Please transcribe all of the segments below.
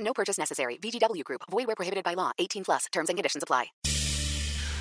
No purchase necessary. VGW Group. Void where prohibited by law. 18 plus. Terms and conditions apply.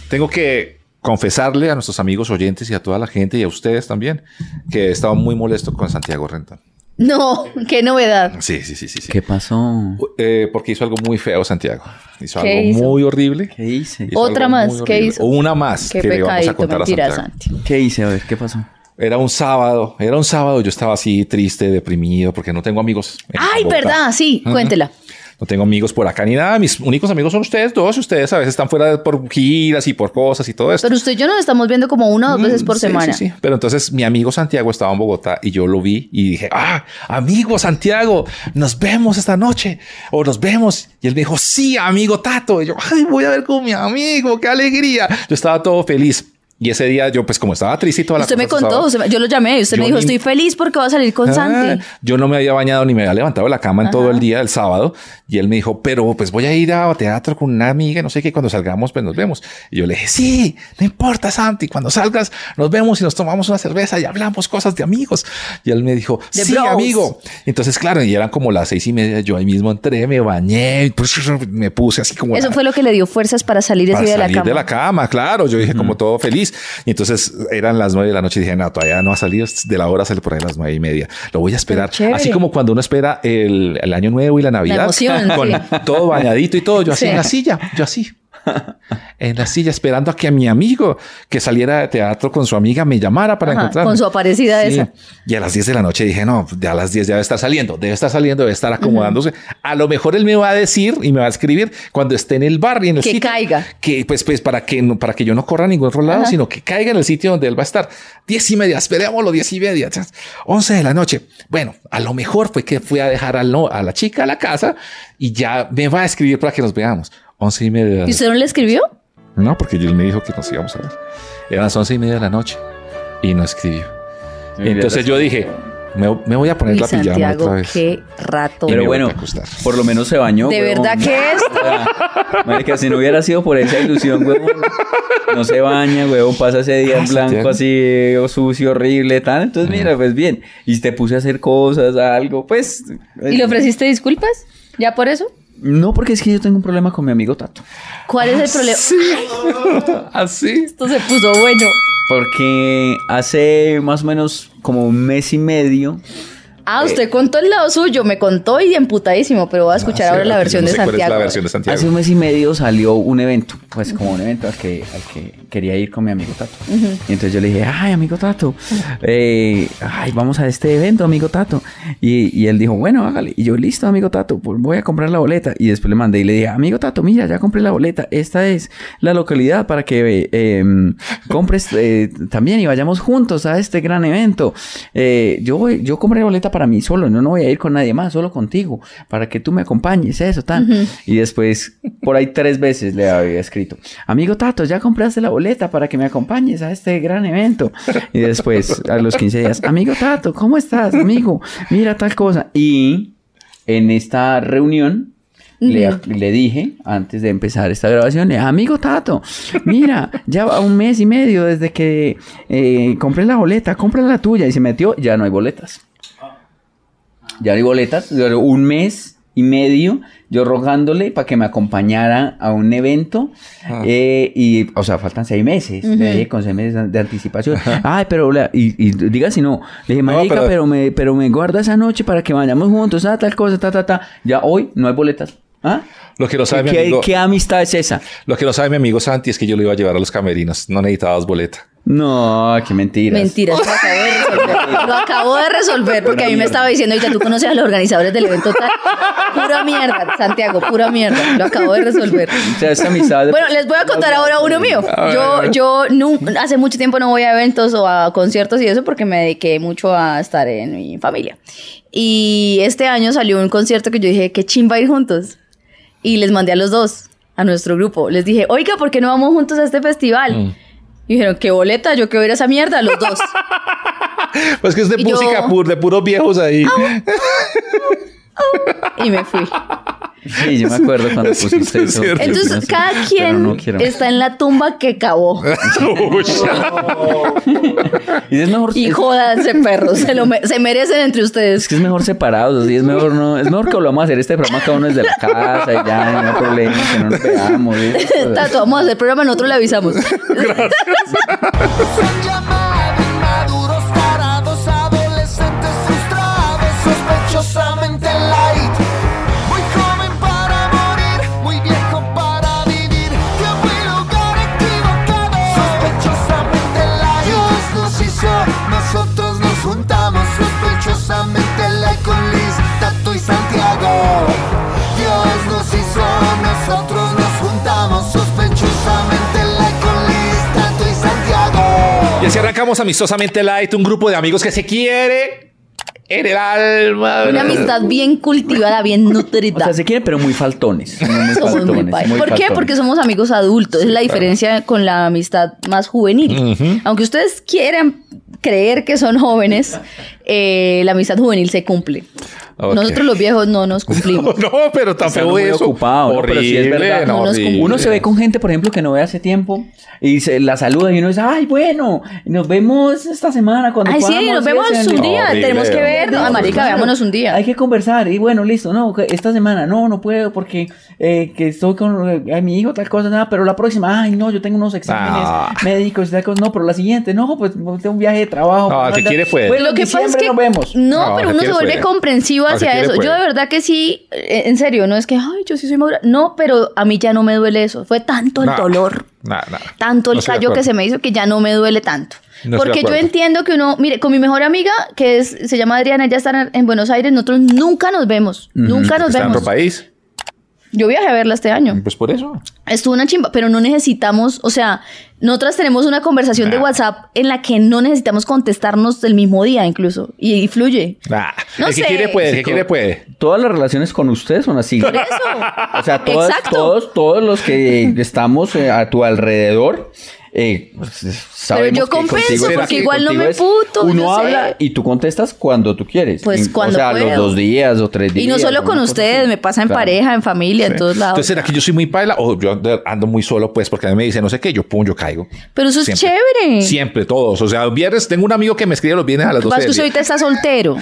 Tengo que confesarle a nuestros amigos oyentes y a toda la gente y a ustedes también que he estado muy molesto con Santiago Renta. No, qué novedad. Sí, sí, sí, sí. sí. ¿Qué pasó? Eh, porque hizo algo muy feo Santiago. Hizo algo ¿Qué hizo? muy horrible. ¿Qué hice? Hizo Otra algo más, muy ¿qué horrible. hizo? Una más Qué que le vamos a pecadito, contar a mentira, Santiago. Santi. ¿Qué hice? A ver, ¿qué pasó? Era un sábado, era un sábado, yo estaba así triste, deprimido, porque no tengo amigos. en Ay, Bogotá. verdad, sí, cuéntela. No tengo amigos por acá ni nada. Mis únicos amigos son ustedes dos. y Ustedes a veces están fuera de- por giras y por cosas y todo esto. Pero usted y yo nos estamos viendo como una o dos veces por Mm, Sí, semana. sí, sí. Pero entonces mi amigo Santiago estaba en Bogotá y yo lo vi y dije, ah, amigo Santiago, nos vemos esta noche o nos vemos. Y él me dijo, sí, amigo Tato. Y yo, ay, voy a ver con mi amigo, qué alegría. Yo estaba todo feliz. Y ese día yo, pues como estaba triste y toda la Usted me cosa, contó, estaba- usted me- yo lo llamé y usted Yo me dijo, ni- estoy feliz porque voy a salir con Santi. Ah, Yo no me había bañado ni me había levantado de la cama en todo el día, el sábado. Y él me dijo, pero pues voy a ir a teatro con una amiga, no sé qué, cuando salgamos, pues nos vemos. Y yo le dije, sí, no importa, Santi, cuando salgas, nos vemos y nos tomamos una cerveza y hablamos cosas de amigos. Y él me dijo, De sí, bros. amigo. Entonces, claro, y eran como las seis y media. Yo ahí mismo entré, me bañé, y pues, me puse así como. Eso la- fue lo que le dio fuerzas para salir ese para día de la salir cama. Mm. de la cama, claro. Yo dije como todo feliz. Y entonces eran las nueve de la noche y dije, no, todavía no ha salido de la hora, sale por ahí a las nueve y media. Lo voy a esperar. Pero chévere. Así como cuando uno espera el, el año nuevo y la Navidad. emoción, con sí. todo bañadito y todo. Yo así Sí. en la silla, yo así. En la silla, esperando a que a mi amigo que saliera de teatro con su amiga me llamara para Ajá, encontrarme. con su aparecida esa. Y a las 10 de la noche dije, no, ya a las 10 ya debe estar saliendo, debe estar saliendo, debe estar acomodándose. A lo mejor él me va a decir y me va a escribir cuando esté en el bar y en el Que sitio. caiga. Que pues, pues para que, no- para que yo no corra a ningún otro lado, sino que caiga en el sitio donde él va a estar. 10 y media, esperémoslo, 10 y media, chas, 11 de la noche. Bueno, a lo mejor fue que fui a dejar al no- a la chica a la casa y ya me va a escribir para que nos veamos. 11 y media. de la ¿Y noche. usted no le escribió? No, porque él me dijo que nos íbamos a ver. Eran las once y media de la noche y no escribió. Entonces yo dije, me, me voy a poner Uy, la pijama otra Santiago, vez. qué rato. Y me Pero voy a bueno, acostar. por lo menos se bañó. de huevón. verdad que es. Marica, si no hubiera sido por esa ilusión, huevón. No se baña, huevón. Pasa ese día en Ah, blanco así, o sucio, horrible, tal. Entonces, mira, pues bien. Y te puse a hacer cosas, algo, pues. ¿Y le ofreciste disculpas? ¿Ya por eso? No, porque es que yo tengo un problema con mi amigo Tato. ¿Cuál es el Ah, problema? Así. Esto se puso bueno. Porque hace más o menos como un mes y medio. Eh, Ah, usted contó el lado suyo, me contó y emputadísimo, pero Ah, voy a escuchar ahora la versión de Santiago. la versión de Santiago. Hace un mes y medio salió un evento, pues como un evento al que, al que quería ir con mi amigo Tato. Y entonces yo le dije, ay, amigo Tato, eh, ay, vamos a este evento, amigo Tato. Y, y él dijo, bueno, hágale. Y yo, listo, amigo Tato, pues voy a comprar la boleta. Y después le mandé y le dije, amigo Tato, mira, ya compré la boleta. Esta es la localidad para que eh, em, compres eh, también y vayamos juntos a este gran evento. Eh, yo, voy- yo compré la boleta para mí solo, no, no voy a ir con nadie más, solo contigo, para que tú me acompañes, eso, tal. Y después, por ahí tres veces le había escrito, amigo Tato, ya compraste la boleta para que me acompañes a este gran evento. Y después, a los 15 días, amigo Tato, ¿cómo estás, amigo? Mira tal cosa. Y en esta reunión, le, le dije antes de empezar esta grabación, le dije, amigo Tato, mira, ya va un mes y medio desde que eh, compré la boleta, compra la tuya y se metió, ya no hay boletas. Ya no hay boletas, duró un mes y medio yo rogándole para que me acompañara a un evento Ah. eh, y, o sea, faltan seis meses, le dije con seis meses de anticipación. Ay, pero, la- y, y diga si no, le dije, No, marica, pero- pero pero me, pero me guarda esa noche para que vayamos juntos, ah, tal cosa, ta, ta, ta. Ya hoy no hay boletas. ¿Ah? Lo que no sabe mi ¿Qué, amigo- qué amistad es esa? Lo que no sabe mi amigo Santi es que yo lo iba a llevar a los camerinos. No necesitabas boleta. No, qué mentiras. Mentiras, lo acabo de resolver. Lo acabo de resolver porque a mí me estaba diciendo, ya tú conoces a los organizadores del evento tal. Pura mierda, Santiago, pura mierda. Lo acabo de resolver. O sea, esa amistad. Bueno, les voy a contar ahora uno mío. Yo, yo nu- hace mucho tiempo no voy a eventos o a conciertos y eso porque me dediqué mucho a estar en mi familia. Y este año salió un concierto que yo dije, qué chimba ir juntos. Y les mandé a los dos, a nuestro grupo. Les dije, oiga, ¿por qué no vamos juntos a este festival? Mm. Y dijeron, qué boleta, yo quiero ir a esa mierda, los dos. Pues que es de Y yo- Ah, música pur- de puros viejos ahí. y me fui. Sí, yo me acuerdo cuando Es cierto, pusiste es eso. cierto. Entonces, No sé, cada pero quien no quiero. está en la tumba que cavó. Uy, Y es mejor. Y es- jódanse, perros. Se, lo me- se merecen entre ustedes. Es que es mejor separados, y es mejor no, es mejor que volvamos a hacer este programa cada uno desde la casa y ya, no hay problema, que no nos veamos. ¿eh? Tato, vamos a hacer programa, nosotros le avisamos. Son llamados maduros, tarados, adolescentes frustrados, sospechosamente light. Muy joven para morir, muy viejo para vivir. Tiempo y lugar equivocado, sospechosamente light. Dios nos hizo, nosotros nos juntamos, sospechosamente light con Liz, Tato y Santiago. Dios nos hizo, nosotros nos juntamos, sospechosamente light con Liz, Tato y Santiago. Y así arrancamos amistosamente Light, un grupo de amigos que se quiere en el alma. Una amistad bien cultivada, bien O nutrida. sea, se quieren, pero muy faltones. Muy Somos muy faltones, pais. muy ¿Por qué? faltones. Porque somos amigos adultos. es la diferencia con la amistad más juvenil. Aunque ustedes quieran creer que son jóvenes, eh, la amistad juvenil se cumple. Ok. Nosotros los viejos no nos cumplimos. No, pero tan Está feo muy eso. ocupado, ¿no? Pero sí es verdad. No nos horrible. Uno se ve con gente, por ejemplo, que no ve hace tiempo y se la saluda y uno dice, ay, bueno, nos vemos esta semana cuando Ay, sí, podamos", nos y vemos hacen- un día. Horrible, Tenemos que ver. No, horrible. marica, Claro, veámonos un día. Hay que conversar y bueno, listo, no, que esta semana no, no puedo porque eh, que estoy con eh, ay, mi hijo, tal cosa, nada, pero la próxima, ay, no, yo tengo unos exámenes Ah. médicos y tal cosa, no, pero la siguiente, no, pues tengo un viaje de trabajo. Ah, pues, el que anda- quiere puede. Bueno, lo que pasa es que nos vemos. no, No, pero se uno se quiere vuelve puede. comprensivo No, se hacia quiere eso. Yo puede. de verdad que sí, eh, en serio, no es que ay, yo sí soy madura. No, pero a mí ya no me duele eso. Fue tanto el Nah, dolor, nah, nah. tanto el No estoy de callo que acuerdo. se me hizo que ya no me duele tanto. No estoy de Porque yo acuerdo. entiendo que uno, mire, con mi mejor amiga, que es, se llama Adriana, ella está en- en Buenos Aires, nosotros nunca nos vemos, nunca nos Está en vemos. otro país. Yo viajé a verla este año. Pues por eso. Estuvo una chimba, pero no necesitamos, o sea, nosotras tenemos una conversación de Nah. WhatsApp en la que no necesitamos contestarnos el mismo día incluso, y, y fluye. Nah. No el que sé. quiere puede, el que quiere puede. Todas las relaciones con ustedes son así. Por eso. O sea, todos, Exacto. todos, todos los que estamos eh, a tu alrededor. eh, sabemos yo que compenso, contigo es porque así, igual no contigo me es- emputo, yo Uno habla sé. y tú contestas cuando tú quieres. Pues, Y- cuando O sea, los puedo. dos días o tres días. Y no solo o con una cosa ustedes, así. me pasa en Claro. pareja, en familia, en todos lados. Entonces, ¿será que yo soy muy paila? O yo ando- ando muy solo, pues, porque a mí me dice no sé qué, yo pum, yo caigo. Pero eso es Siempre. chévere. Siempre, todos. O sea, viernes, tengo un amigo que me escribe los viernes a las 12 Más que del usted día. ahorita está soltero.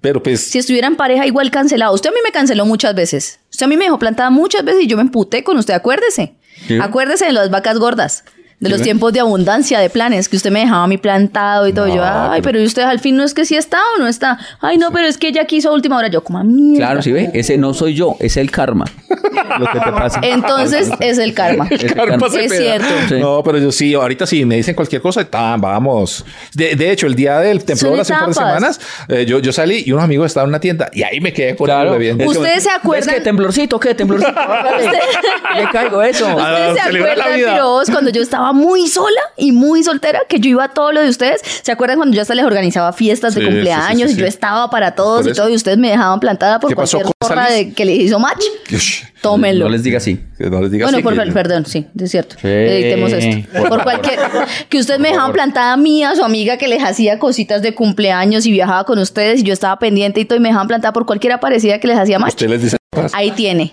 Pero pues, Si estuviera en pareja, igual cancelado. Usted a mí me canceló muchas veces. Usted a mí me dejó plantada muchas veces y yo me emputé con usted, acuérdese. Sí. Acuérdese de las vacas gordas. De los Sí. tiempos de abundancia de planes, que usted me dejaba a mí plantado y todo. No, yo, ay, pero, ¿y usted al fin no es que sí está o no está. Ay, no, pero es que ella quiso a última hora. Yo, como a mierda. Claro, sí ve, ese no soy yo, es el karma. lo que te pasa. Entonces es el karma. Es el Claro, karma. pase Es peda. cierto. Sí. No, pero yo sí, ahorita sí me dicen cualquier cosa, tan, vamos. De, de hecho, el día del templo Son hace un par de etapas. semanas, eh, yo, yo salí y unos amigos estaban en una tienda y ahí me quedé por ahí bebiendo. Usted- ¿Ustedes se acuerdan- ¿Es que temblorcito? ¿Qué temblorcito? Bájale. Le caigo eso. Ah, ¿Ustedes se se le fue la acuerdan, vida. Piros, cuando yo estaba muy sola y muy soltera, que yo iba a todo lo de ustedes? ¿Se acuerdan cuando yo hasta les organizaba fiestas de Sí, cumpleaños sí, sí, sí, y yo sí. estaba para todos Por y eso. todo y ustedes me dejaban plantada por ¿Qué pasó cualquier con porra Salis? de que les hizo match? Ush, Tómenlo. No les diga así. que no les diga bueno, así por, que- per- perdón, sí, es cierto. Sí, Editemos esto. por Por, favor. cualquier. Que ustedes me dejaban plantada a mí, a su amiga que les hacía cositas de cumpleaños y viajaba con ustedes y yo estaba pendiente y todo y me dejaban plantada por cualquier aparecida que les hacía match. Usted les dice. Ahí tiene.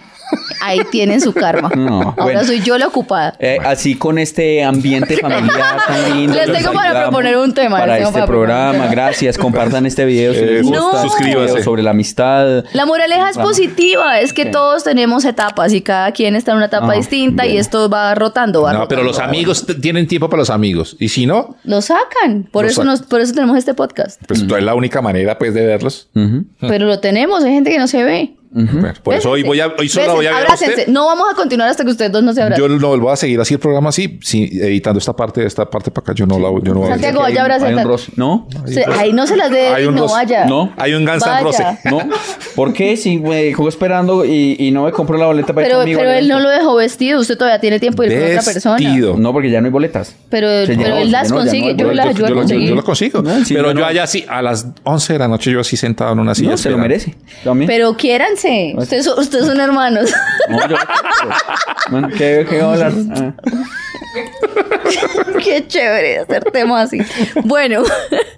Ahí tienen su karma. No, Ahora bueno. soy yo la ocupada. Eh, así con este ambiente familiar tan lindo. Les los tengo para ayudamos proponer un tema, Para les tengo este para proponer un programa, tema. gracias. Compartan este video si les Eh, gusta. este No. suscríbase. Sobre la amistad. La moraleja es Vamos. positiva, es que Ok. todos tenemos etapas y cada quien está en una etapa Ah, distinta y bueno. esto va rotando, va No, pero rotando. los amigos t- tienen tiempo para los amigos. Y si no, lo sacan, por Lo eso sacan. nos, por eso tenemos este podcast. pues es la única manera pues de verlos. Pero lo tenemos, hay gente que no se ve. Bueno, por eso hoy, voy a, hoy solo Bésense, voy a ver a abrácense. usted. No vamos a continuar hasta que ustedes dos no se abracen. Yo no voy a seguir así el programa así, sí, editando esta parte, esta parte para acá. Yo no la voy- yo no voy a ver. Santiago, vaya, Hay un abrázate. roce. No, Se- Ay, no se las Hay dé, un no roce. vaya. No. Hay un Guns N' Vaya. Roses. no. ¿Por qué? Si me dejó esperando y, y no me compró la boleta para ir Pero, Pues conmigo pero al él no evento. lo dejó vestido. Usted todavía tiene tiempo de ir pues, con otra persona. Vestido. No, porque ya no hay boletas. Pero, Se pero llenó, él se las llenó, ya no consigue. hay yo boletas. las ayudo a yo, lo- conseguir. yo lo consigo. No, sí, pero yo yo no. allá así, a las 11 de la noche, yo así sentado en una silla. No, se lo esperando. merece. También. Pero quiéranse. Ustedes, son- ustedes son hermanos. No, yo lo quiero. Bueno, ¿Qué, qué va a hablar? Ah. Qué chévere hacer temas así. Bueno,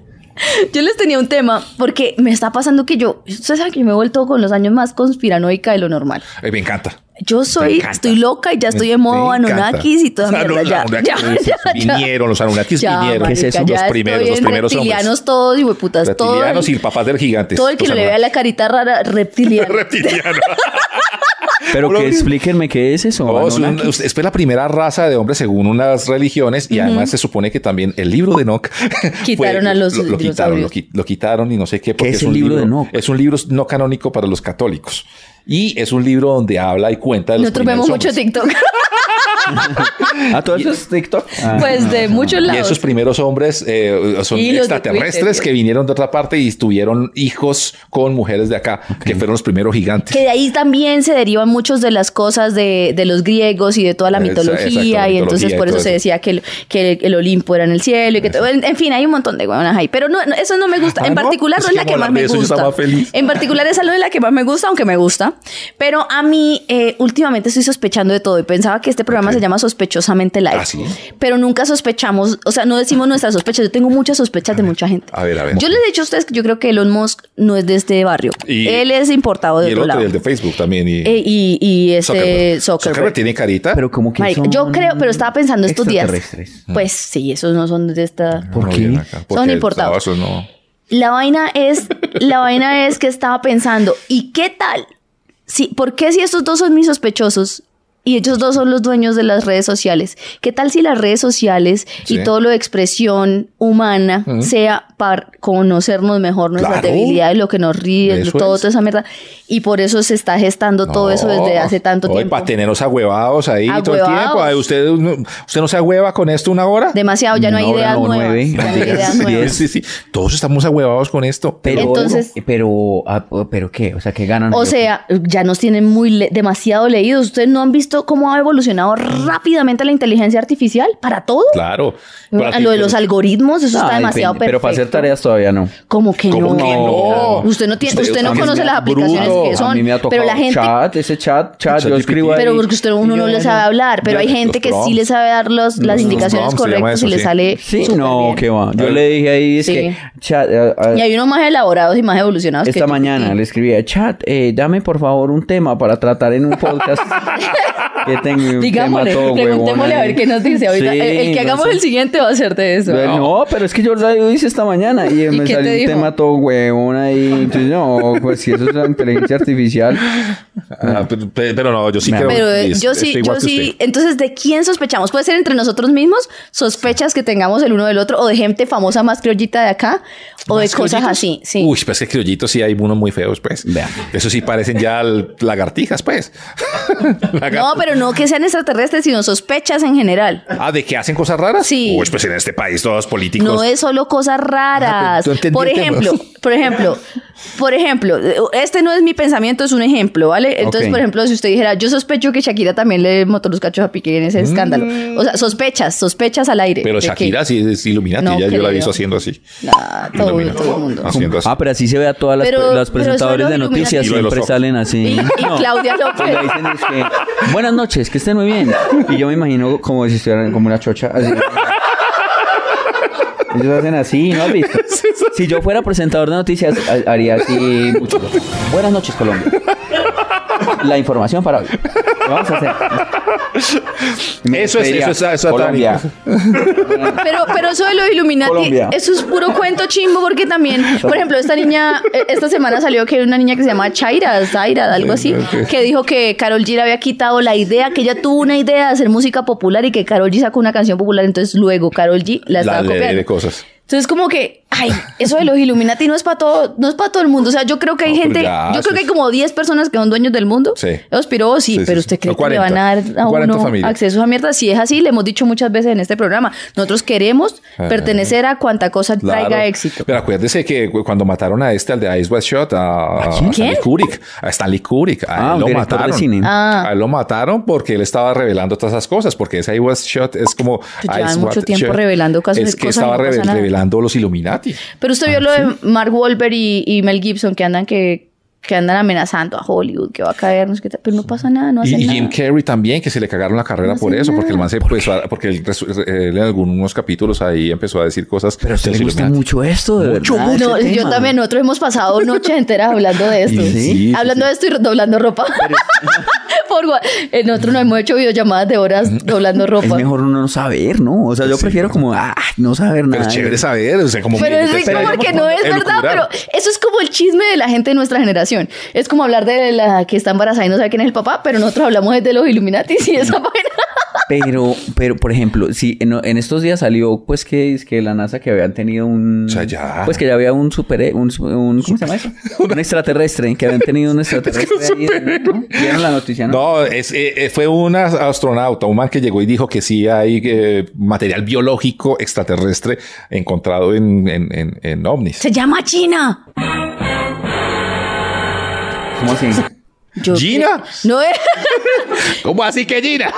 yo les tenía un tema porque me está pasando que yo, ustedes saben que yo me he vuelto con los años más conspiranoica de lo normal. Ay, me encanta. Yo Me soy, encanta. estoy loca y ya estoy en Me modo encanta. Anunnakis y toda Los mierda. Ya, Anunnakis ya, ya, ya. Vinieron, los Anunnakis Ya, vinieron. marica, Los ya primeros, estoy los en primeros reptilianos hombres. todos, hueputas, todos. Reptilianos y el papá del gigante. Todo el que Los le vea la carita rara, reptiliano. Reptiliano. Pero Hola, Oh, que bien. explíquenme qué es eso. No, es, un- Anunnaki. es la primera raza de hombres según unas religiones y además se supone que también el libro de Enoch Quitaron a los lo, lo quitaron, dinosaurios. lo, qui- lo quitaron y no sé qué porque es el libro de Enoch? es un libro no canónico para los católicos y es un libro donde habla y cuenta de los Nosotros vemos primeros mucho hombres. TikTok, Ah, todo eso es TikTok. Ah. pues de muchos y esos lados. primeros hombres eh, son Y los de extraterrestres Twitter, que vinieron de otra parte y tuvieron hijos con mujeres de acá que fueron los primeros gigantes Que de ahí también se derivan muchos de las cosas de, de los griegos y de toda la Esa- mitología. exacto, y mitología entonces y por todo eso, se eso. decía que el, que el Olimpo era en el cielo. y que todo- en, en fin, hay un montón de huevonas ahí. Pero no, no, eso no me gusta. Ah, en ¿no? particular Es no es que la que mola más me de eso, yo gusta. estaba feliz. En particular esa no es la que más me gusta, aunque me gusta. Pero a mí eh, últimamente estoy sospechando de todo. Y pensaba que este programa se llama Sospechosamente Live. Ah, ¿sí? Pero nunca sospechamos, o sea, no decimos nuestras sospechas. Yo tengo muchas sospechas de mucha gente. a ver, a ver. Yo les he dicho a ustedes que yo creo que Elon Musk no es de este barrio. Y- Él es importado de y el otro otro lado. y el de pues. Facebook también y Eh, y, y este Zuckerberg. Zuckerberg tiene carita Pero como que Marica, son yo creo, pero estaba pensando estos días. extraterrestres. Pues Mm. sí, esos no son de esta. ¿Por No qué? vienen acá, porque, importados. no, eso no. La vaina es, la vaina es que estaba pensando, ¿y qué tal? Si, ¿Por qué si estos dos son mis sospechosos y ellos dos son los dueños de las redes sociales? ¿Qué tal si las redes sociales y Sí. Mm. todo lo de expresión humana sea para conocernos mejor nuestras Claro. debilidades, lo que nos ríe, Eso todo, es. toda esa mierda? Y por eso se está gestando todo eso desde hace tanto tiempo. Para teneros agüevados ahí todo el Agüevados. tiempo. Ay, ¿Usted, no- ¿Usted no se agüeva con esto una hora? Demasiado, ya no hay Una hora, ideas no, nuevas. nueve, ya no hay diez, ideas Sí, nuevas. sí, sí. Todos estamos agüevados con esto. Pero, Entonces- pero, ah, pero qué, o sea, que ganan. O ellos? sea, ya nos tienen muy le- demasiado leídos. Ustedes no han visto cómo ha evolucionado rápidamente la inteligencia artificial para todo. Claro. Para A ti- lo de los algoritmos, eso Ah, está demasiado depende, perfecto. Pero para hacer tareas todavía no. Como que ¿Cómo no? que no? Usted no tiene, Usted- usted no a mí conoce me- las aplicaciones bruto, que a mí son. me ha tocado Pero la gente, chat, ese chat, chat, yo ChatGPT. escribo ahí. pero porque usted uno Y yo, no le bueno, sabe hablar, pero hay los gente que sí prompts. le sabe dar los- las Los indicaciones prompts, se llama correctas y eso, le sí. sale. Sí, súper no, bien. qué va. Yo le dije ahí, es Sí. que chat, ah, ah, Y hay unos más elaborados y más evolucionados. que esta tú. mañana le escribía, chat, eh, dame por favor un tema para tratar en un podcast que tengo un Digámosle, tema todo huevón preguntémosle a ahí". ver qué nos dice ahorita. Sí, el, el que no hagamos sé. el siguiente va a ser de eso. Bueno, No, pero es que yo lo hice esta mañana y, ¿Y me qué salió te un dijo? tema todo huevón ahí. Entonces, no, pues si eso es la inteligencia artificial. Ah, pero, pero no, yo sí Me- creo. Pero eh, es- yo estoy sí, igual yo que sí. usted. Entonces, ¿de quién sospechamos? Puede ser entre nosotros mismos, sospechas que tengamos el uno del otro, o de gente famosa más criollita de acá, o de cosas así. Sí. Uy, pues es que criollitos sí hay unos muy feos, pues. Vea. Eso sí parecen ya l- lagartijas, pues. no, pero no que sean extraterrestres, sino sospechas en general. Ah, ¿de que hacen cosas raras? Sí. Uy, pues en este país todos políticos. No eh, es solo cosas Ah, raras. pero tú entendí por el tema. ejemplo, por ejemplo, por ejemplo, este no es mi pensamiento, es un ejemplo, ¿vale? Entonces, Ok. por ejemplo, si usted dijera, yo sospecho que Shakira también le montó los cachos a Piqué en ese escándalo. O sea, sospechas, sospechas al aire. Mm. Pero ¿De qué? Shakira sí es iluminante. No ya yo la he creo. visto haciendo así. Nah, todo, Iluminati. todo el mundo. Haciendo así. Ah, pero así se ve a todas las, Pero- las pero presentadoras solo de Illuminati. noticias, Y lo de los siempre ojos. salen así. Y, y No. Claudia Y le López. dicen es que, buenas noches, que estén muy bien. Y yo me imagino como si estuvieran como una chocha. así. Ellos hacen así, ¿no has visto? Si yo fuera presentador de noticias, ha- haría así mucho. Buenas noches, Colombia. La información para hoy. ¿Qué Vamos a hacer. Eso es- eso es- eso es Colombia. Pero, pero eso de los Illuminati, Colombia. eso es puro cuento chimbo, porque también, por ejemplo, esta niña, eh, esta semana salió que una niña que se llama Chaira, Zaira, algo así, que dijo que Carol G le había quitado la idea, que ella tuvo una idea de hacer música popular y que Carol G sacó una canción popular, entonces luego Carol G la La estaba de, copiando. de cosas. Entonces, como que Ay, eso de los Illuminati no es para todo, no es para todo el mundo. O sea, yo creo que hay No, pero gente, ya, yo eso creo que hay es- como 10 personas que son dueños del mundo. Sí. Los pirobos sí, Sí, sí, pero sí. usted cree O 40, que le van a dar a 40 uno familias. acceso a mierda. Si es así, le hemos dicho muchas veces en este programa. Nosotros queremos Ajá. pertenecer a cuanta cosa Ah, Claro. traiga éxito. Pero acuérdese que cu- cuando mataron a este, al de Ice West Shot, a, a quién? Stanley ¿Quién? Kubrick, a Stanley Kubrick, a Ah, él un lo director de mataron. cine. Ah. A él lo mataron porque él estaba revelando todas esas cosas, porque ese Ice West Shot es como. Pues llevan Ice mucho West tiempo Shot revelando casos- Es que cosas y estaba no reve- pasa nada. revelando los Illuminati. Pero usted Ah, vio lo de Mark Wahlberg y, y Mel Gibson que andan que, que andan amenazando a Hollywood, que va a caer, no sé qué tal. Pero no pasa nada, no Y, hacen y nada. Jim Carrey también, que se le cagaron la carrera por eso, porque el man se empezó a- porque él, resu- él en algunos capítulos ahí empezó a decir cosas. Pero a usted de le los gusta Illuminati. mucho esto, de Mucho, verdad, No, ese yo tema. también, nosotros hemos pasado noches enteras hablando de esto. Sí, sí, hablando de esto y doblando ropa. Por gua- eh, nosotros nos hemos hecho videollamadas de horas doblando Es ropa. mejor uno no saber, ¿no? O sea, yo Sí. prefiero como, ah, no saber nada. Pero es chévere saber, o sea, como Pero que- es te- como te- porque no es verdad, elucubrar. pero eso es como el chisme de la gente de nuestra generación. Es como hablar de la que está embarazada y no sabe quién es el papá, pero nosotros hablamos es de los Illuminati y esa vaina. Pero, pero, por ejemplo, si en, en estos días salió, pues, que, es que la NASA que habían tenido un... O sea, ya. Pues que ya había un super... Un, su- un- ¿Cómo se llama eso? un extraterrestre, que habían tenido un extraterrestre ahí, ¿no? ¿Vieron la noticia, no? No, es, eh, eh, fue un as- astronauta, un man que llegó y dijo que sí hay eh, material biológico extraterrestre encontrado en, en, en, en ovnis. Se llama China. ¿Cómo así? Yo ¿Gina? que- No eh, es. ¿Cómo así que Gina?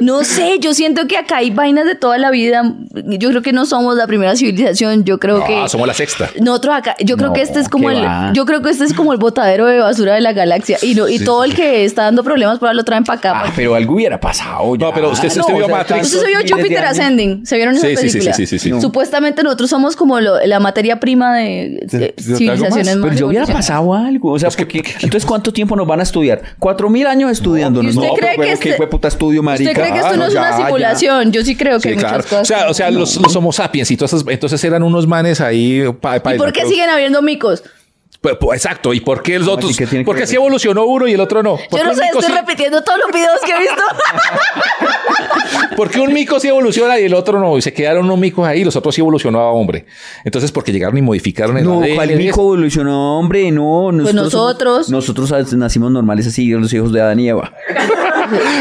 No sé, yo siento que acá hay vainas de toda la vida. Yo creo que no somos la primera civilización. Yo creo Ah, que. somos la sexta. Nosotros acá, yo creo No, que este es como ¿qué el, va? yo creo que este es como el botadero de basura de la galaxia y no, y todo el que está dando problemas por ahí lo traen para acá. pues. Ah, pero algo hubiera pasado ya. Ah, No, pero usted- usted vio Matrix. Usted se vio miles de Jupiter años. Ascending, se vieron esa Sí, sí, sí, película. sí, sí, sí, sí. Supuestamente nosotros somos como lo- la materia prima de, de- de de algo civilizaciones más. más Pero yo hubiera evolucionadas. pasado algo. O sea, porque, entonces, ¿cuánto tiempo nos van a estudiar? Cuatro mil años estudiándonos. ¿Y usted No, cree pero que qué este- hueputa estudio, marica. ¿Usted cree que esto Ah, no, no, es ya, una ya. simulación? Yo sí creo que Sí, hay muchas claro. cosas. O sea, o sea los, los homo sapiens y todas esas, entonces eran unos manes ahí. pa- pa- ¿Y por qué pa- siguen habiendo micos? Pues, pues, exacto, ¿y por qué los Así otros? que tiene que Porque ver. si evolucionó uno y el otro no. ¿Por Yo qué no un sé, mico estoy sí- repitiendo todos los videos que he visto. ¿Por qué un mico sí evoluciona y el otro no? Y se quedaron unos micos ahí y los otros sí evolucionaba hombre. Entonces, porque llegaron y modificaron el No, ADN, ¿cuál mico evolucionó, hombre? No, Pues nosotros. Nosotros as- nacimos normales así, los hijos de Adán y Eva.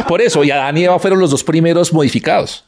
Por eso, y Adán y Eva fueron los dos primeros modificados.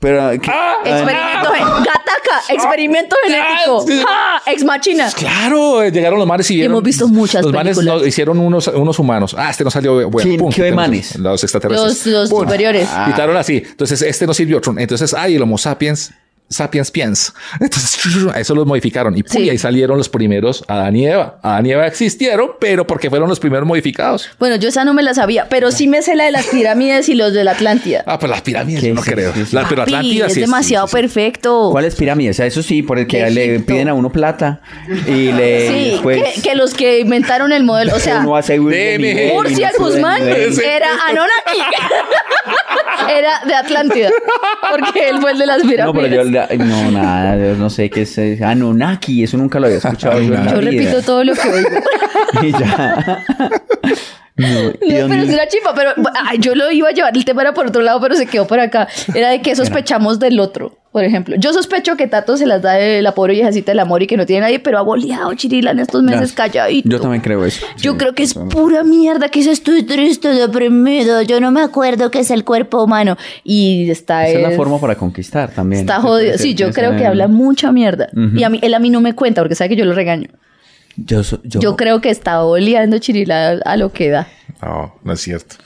Pero, ¿qué? Ah. Experimento gen- Gataca, experimento genético. sí. ¡Ja! Ex machina. Claro, eh, llegaron los manes y vieron. Hemos visto muchas Los manes películas. no- hicieron unos, unos humanos. Ah, este no salió bueno. ¿Quién- pum, qué tenemos manes? Los Los, extraterrestres. los Pum. superiores. Ah. Quitaron así. Entonces, este no sirvió. trun. Entonces, ay, el Homo sapiens. Sapiens piens. Entonces, a eso los modificaron y, pum, Sí. y ahí salieron los primeros Adán y Eva. Adán y Eva existieron, pero porque fueron los primeros modificados. Bueno, yo esa no me la sabía, pero sí me sé la de las pirámides y los de la Atlántida. Ah, pero las pirámides, ¿Qué? yo no Sí, creo. sí, sí. Las, Ah, pero Papi, Atlántida es sí, sí, demasiado sí, sí. perfecto. ¿Cuál es pirámide? O sea, eso sí, por el que De le Egipto. piden a uno plata y le... Sí, después- que, que los que inventaron el modelo, o sea, Eh, pues. uno eh, hace un Deme. nivel, Murcia sube de Guzmán nivel. Sí. era Anunnaki. era de Atlántida, porque él fue el de las No, pirámides. pero yo... la- No, nada, yo no sé qué es... eh, Anunnaki, eso nunca lo había escuchado. yo en la Yo vida. repito todo lo que oigo. Y ya. No, No, Dios pero es mío. una chifa, pero ay, yo lo iba a llevar, el tema era por otro lado, pero se quedó por acá. Era de que sospechamos del otro, por ejemplo. Yo sospecho que Tato se las da de la pobre viejecita del amor y que no tiene nadie, pero ha boleado Chirila en estos meses Ya. calladito. Yo también creo eso. Yo Sí, creo que es totalmente. pura mierda, que es estoy triste, deprimido, yo no me acuerdo que es el cuerpo humano. Y está Esa es él- la forma para conquistar también. Está jodido. Sí, yo creo que habla mucho mierda. Y a mí, él a mí no me cuenta porque sabe que yo lo regaño. Yo, so- yo, Yo creo que está oleando Chirila a lo que da. No, no es cierto.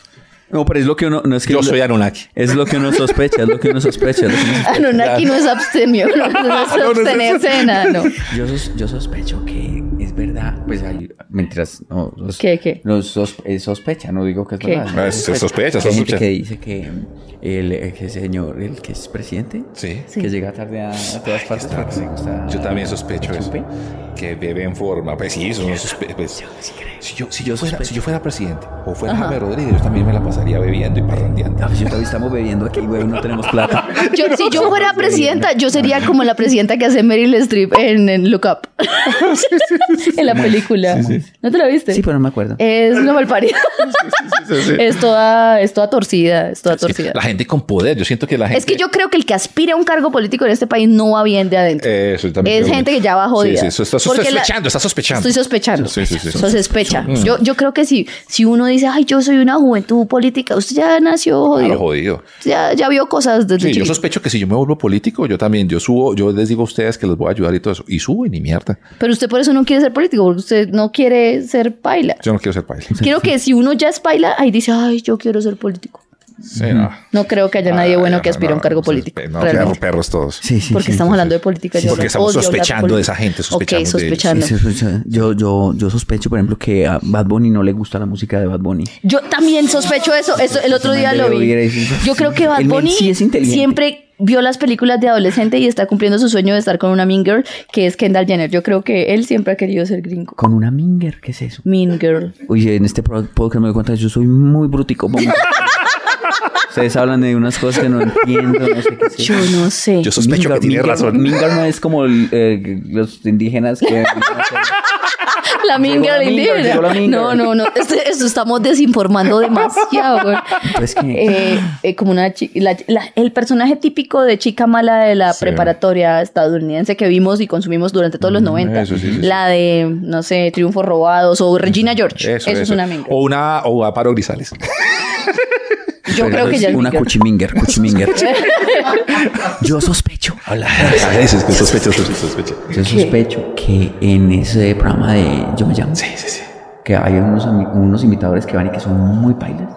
No, pero es lo que uno. No es que Yo soy Anunnaki. Es lo que uno sospecha, es lo que uno sospecha. es lo que uno sospecha. Anunnaki Ah, no es abstemio, no, Ah, no es abstenerse de nada, no. Yo, sos- yo sospecho que es verdad. Pues hay. Mentiras. No, los- ¿Qué, qué? los sos- es sospecha, no digo que es ¿Qué? verdad. No, es- Ah, es sospecha, Hay gente sospecha. que dice que el, ese señor, el que es presidente, Sí. Sí. que llega tarde a, a todas partes. porque está- Yo también sospecho eso. chupe. Que bebe en forma. Pues sí, eso no sospe- pues, si, yo, si, yo fuera, si yo fuera presidente o fuera Jaime Rodríguez, yo también me la pasaría bebiendo y parrandeando. Ah, pues yo todavía estamos bebiendo aquí, güey, no tenemos plata. Yo- si yo fuera Ah. presidenta, yo sería como la presidenta que hace Meryl Streep en, en Look Up. en la película. ¿No te la viste? pues. Sí, pero no me acuerdo. Es una malparida. es, toda, es toda torcida, es toda torcida. La gente con poder, yo siento que la gente... Es que yo creo que el que aspira a un cargo político en este país no va bien de adentro. Eh, Eso, yo también es creo gente que ya va jodida. Sí, sí, eso está Porque la- sospechando, está sospechando. Estoy sospechando. Sí, sí, sí. Eso sospecha. Yo, yo creo que si, si uno dice, ay, yo soy una juventud política, usted ya nació A lo jodido. jodido. ya, ya vio cosas desde Sí, yo chiquito. sospecho que si yo me vuelvo político, yo también, yo subo, yo les digo a ustedes que les voy a ayudar y todo eso. Y subo y ni mierda. Pero usted por eso no quiere ser político, porque usted no quiere ser paila. Yo no quiero ser país. Quiero que si uno ya es paila, ahí dice, ay, yo quiero ser político. Sí, no. No creo que haya nadie Ah, bueno no, que aspire a un no, cargo no, político. No, realmente. perros, perros todos. Sí, sí. porque sí. estamos hablando de política. Sí, yo porque no- estamos odio hablar de sospechando de esa política. gente, sospechando de Ok, ellos. sospechando. Sí, sospecha- yo, yo, yo sospecho, por ejemplo, que a Bad Bunny no le gusta la música de Bad Bunny. Yo también sospecho eso. eso el otro Ese día man lo debe vi. oír eso. Yo creo que Bad El man Bunny sí es inteligente. siempre vio las películas de adolescente y está cumpliendo su sueño de estar con una mean girl, que es Kendall Jenner. Yo creo que él siempre ha querido ser gringo. Con una minger, ¿qué es eso? Mean girl. Oye, en este pro- podcast me doy cuenta que yo soy muy brutico. vamos. Ustedes hablan de unas cosas que no entiendo, no sé qué es Yo eso. no sé. Yo sospecho Mingar- que tiene Mingar- razón. Mingar no es como el, eh, los indígenas que... La mean Llegó la girl mean girl, indígena. llegó la mean No, girl. no, no. Este- esto estamos desinformando demasiado. güey. Pues que- Eh, eh, como una chi- la- la- el personaje típico de chica mala de la Sí. preparatoria estadounidense que vimos y consumimos durante todos los 90. eso sí, sí, sí. la de, no sé, Triunfos Robados o Regina George. Eso, es una mean girl. O una, o a Paro Grisales. Yo creo que ya es Una mean girl. cuchiminger, cuchiminger. yo sospecho. Hola. Eso es que sospecho, sospecho, sospecho. Yo sospecho que en ese programa de Yo me llamo, Sí, sí, sí. que hay unos, ami- unos imitadores que van y que son muy bailes.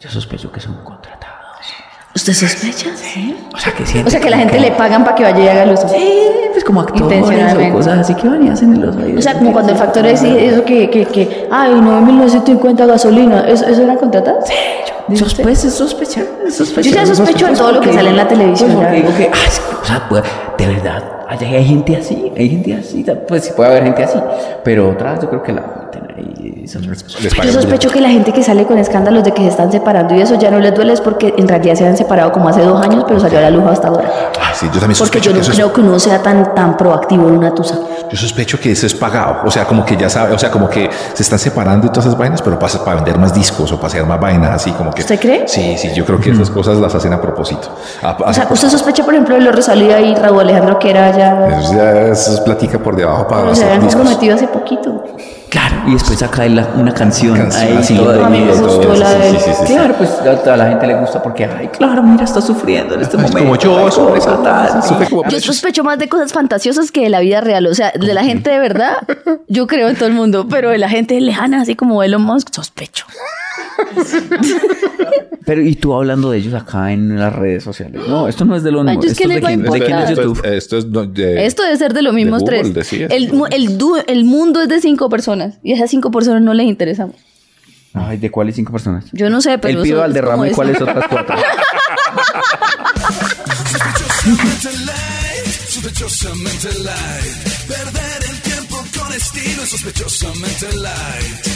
Yo sospecho que son contratados. ¿Usted sospecha? O sea, que O sienten sea, que la como gente le pagan para que vaya y haga el uso. Sí, pues como actores o Intencionalmente. cosas así que van y hacen los bailes. O sea, como cuando el factor dice eso que, que, que ay, 9.950 gasolina, ¿eso, eso era contratado? Sí, Sospe- pues es sospechar, es Pues sospechar. Yo ya sospecho de todo lo que sale en la televisión, Pues porque la digo que, ah, es- o sea, pues, de verdad, hay, hay gente así, hay gente así, ta- pues sí puede haber gente así, pero otras yo creo que la meten ahí, esas personas. Les Yo pagan. sospecho que la gente que sale con escándalos de que se están separando y eso ya no les duele es porque en realidad se han separado como hace dos años, pero salió a la luz hasta ahora. Ah, sí, yo también Porque sospecho yo no que eso es- creo que uno sea tan, tan proactivo en una tusa. yo sospecho que eso es pagado. O sea, como que ya sabe, o sea, como que se están separando y todas esas vainas, pero para, para vender más discos o para hacer más vainas, así como que. ¿Usted cree? Sí, sí, yo creo que esas cosas las hacen a propósito. A- a- O sea, ¿usted sospecha, por ejemplo, de lo Rosalía y Raúl Alejandro que era ya... eso, ya- eso es platica por debajo para Pero se hacer habían discos. comprometido hace poquito. Claro, y después saca la- una canción, Canción, ahí, así, toda a mí me ahí, gustó todo. la de- Claro, pues a, a la gente le gusta porque, ay, claro, mira, está sufriendo en este momento. como yo, ay, sufre cosa, como- tal, sufre sí. como- Yo sospecho más de cosas fantasiosas que de la vida real. O sea, de la gente de verdad, yo creo en todo el mundo, pero de la gente lejana, así como Elon Musk, sospecho. Pero, y tú hablando de ellos acá en las redes sociales. No, esto no es de lo Ay, nuevo. yo es Esto que es de les va a quién- de importar. quién es Esto es- YouTube. esto es no- de- Esto debe ser de los mismos Google, tres. decías. el, mu- el, du- el mundo es de cinco personas y a esas cinco personas no les interesamos. Ay, ¿de cuáles cinco personas? Yo Pues no sé, pero. el pido eso al es como derramo y eso. cuáles otras cuatro. Ah, Sospechosamente light. Perder el tiempo con estilo es sospechosamente light.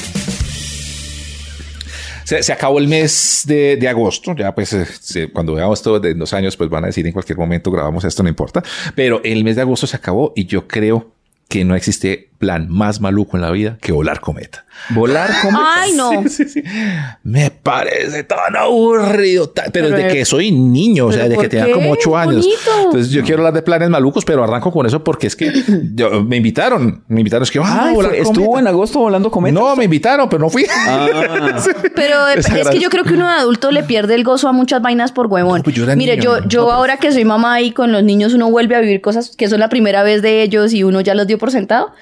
Se, se acabó el mes de, de agosto, ya pues eh, se- cuando veamos esto de dos años, pues van a decir en cualquier momento grabamos esto, no importa, pero el mes de agosto se acabó y yo creo que no existe plan más maluco en la vida que volar cometa. Volar como. Ay, no. Sí, sí. Me parece tan aburrido, ta- pero, Pero, desde eh, que soy niño, o sea, ¿pero desde por que tenía qué? como ocho Es años. bonito. Entonces yo quiero hablar de planes malucos, pero arranco con eso porque es que yo- me invitaron, me invitaron, es que vamos a Ay, volar fue- estuvo cometa. Ah. en agosto volando cometa. No, me invitaron, pero no fui. Ah, Pero es, Esa es que gracia. yo creo que uno de adulto le pierde el gozo a muchas vainas por huevón. No, pues yo era Mire, niño, yo, ¿no? yo ahora que soy mamá y con los niños uno vuelve a vivir cosas que son la primera vez de ellos y uno ya los dio por sentado.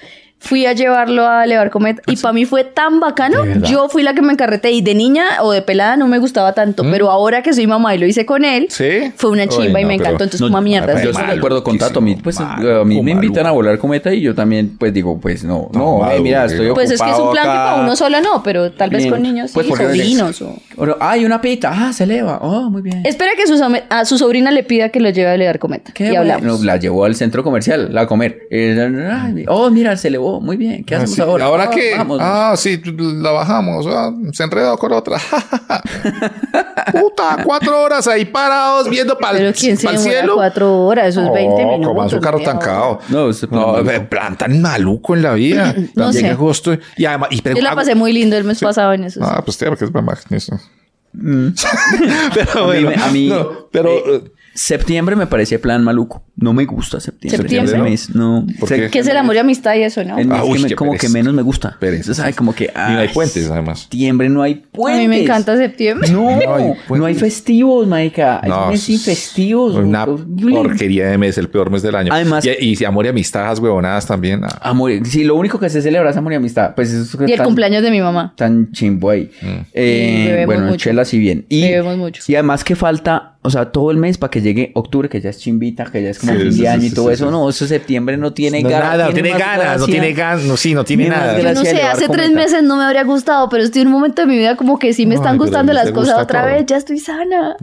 Fui a llevarlo a elevar cometa ¿Ah, y para mí fue tan bacano. Yo fui la que me encarreté y de niña o de pelada no me gustaba tanto, pero ahora que soy mamá y lo hice con él, ¿Mm? Sí. fue una chimba Uy, y no, me pero- encantó. Entonces, No, como a mierda. pero Yo sí. estoy de acuerdo con Tato. A mí, pues, Maluquísimo, a mí me maluco. invitan a volar cometa y yo también, pues, digo, pues, no, no, No, eh, mira, maduro, estoy no. Pues es que es un plan que ocupado acá. para uno solo no, pero tal vez Bien. con niños Pues sí, porque- sobrinos o... Oro- Ay, una pita. Ah, se eleva. Oh, muy bien. Espera que su, some- a su sobrina le pida que lo lleve a elevar cometa. Qué y bueno. hablamos. la llevó al centro comercial, la a comer. Eh, ay, oh, mira, se elevó. oh, muy bien, ¿qué Ah, hacemos sí. ahora? ¿Ahora Ah, qué? vamos. Ah, sí, la bajamos. Ah, se enredó con otra. Puta, cuatro horas ahí parados viendo para Pero el ¿quién se demora cielo. cuatro horas? Eso es 20 pues, No, minutos. coman su carro media hora. tancado. No, se pone No, maluco. me plan tan maluco en la vida. Mm, No Llega sé. agosto y además. Y Yo la pasé muy lindo el mes pasado en eso. Ah, pues tío, porque es mamá. eso. pero A mí, bueno, me- a mí- no, pero eh, eh, septiembre me parecía plan maluco. No me gusta septiembre. ¿Septiembre? Ese mes, no. ¿Por Sé- qué? ¿Qué es el amor y amistad y eso, no? el mes Ah, uy, que me- qué como pereza. que menos me gusta. Pereza. Entonces, ay, como que. y no hay ay, puentes, además. Septiembre no hay A puentes. mí me encanta septiembre. No, No no hay hay, puentes. festivos, marica. Hay No, meses sin festivos. Una horrible. porquería de mes, el peor mes del año. Además- y, y si amor y amistades, huevonadas también. ah. Amor, sí, lo único que se celebra es amor y amistad. Pues eso es Y el tan- cumpleaños de mi mamá. tan chimbo ahí. Mm. Eh, Y bebemos bueno, mucho. chela sí bien. Y, Bebemos mucho. Y además que falta, o sea, todo el mes para que llegue octubre, que ya es chimbita, que ya es como Sí, fin sí, de sí, año y sí, todo sí, eso. sí. No, eso septiembre no tiene No, ganas. nada, no tiene ganas, no tiene ganas, no, sí, no tiene Tiene más nada. Yo no Gracias, sé, elevar hace tres cometa. meses no me habría gustado, pero estoy en un momento de mi vida como que sí me Ay, están pero gustando a mí las te cosas gusta otra todo. vez. Ya estoy sana.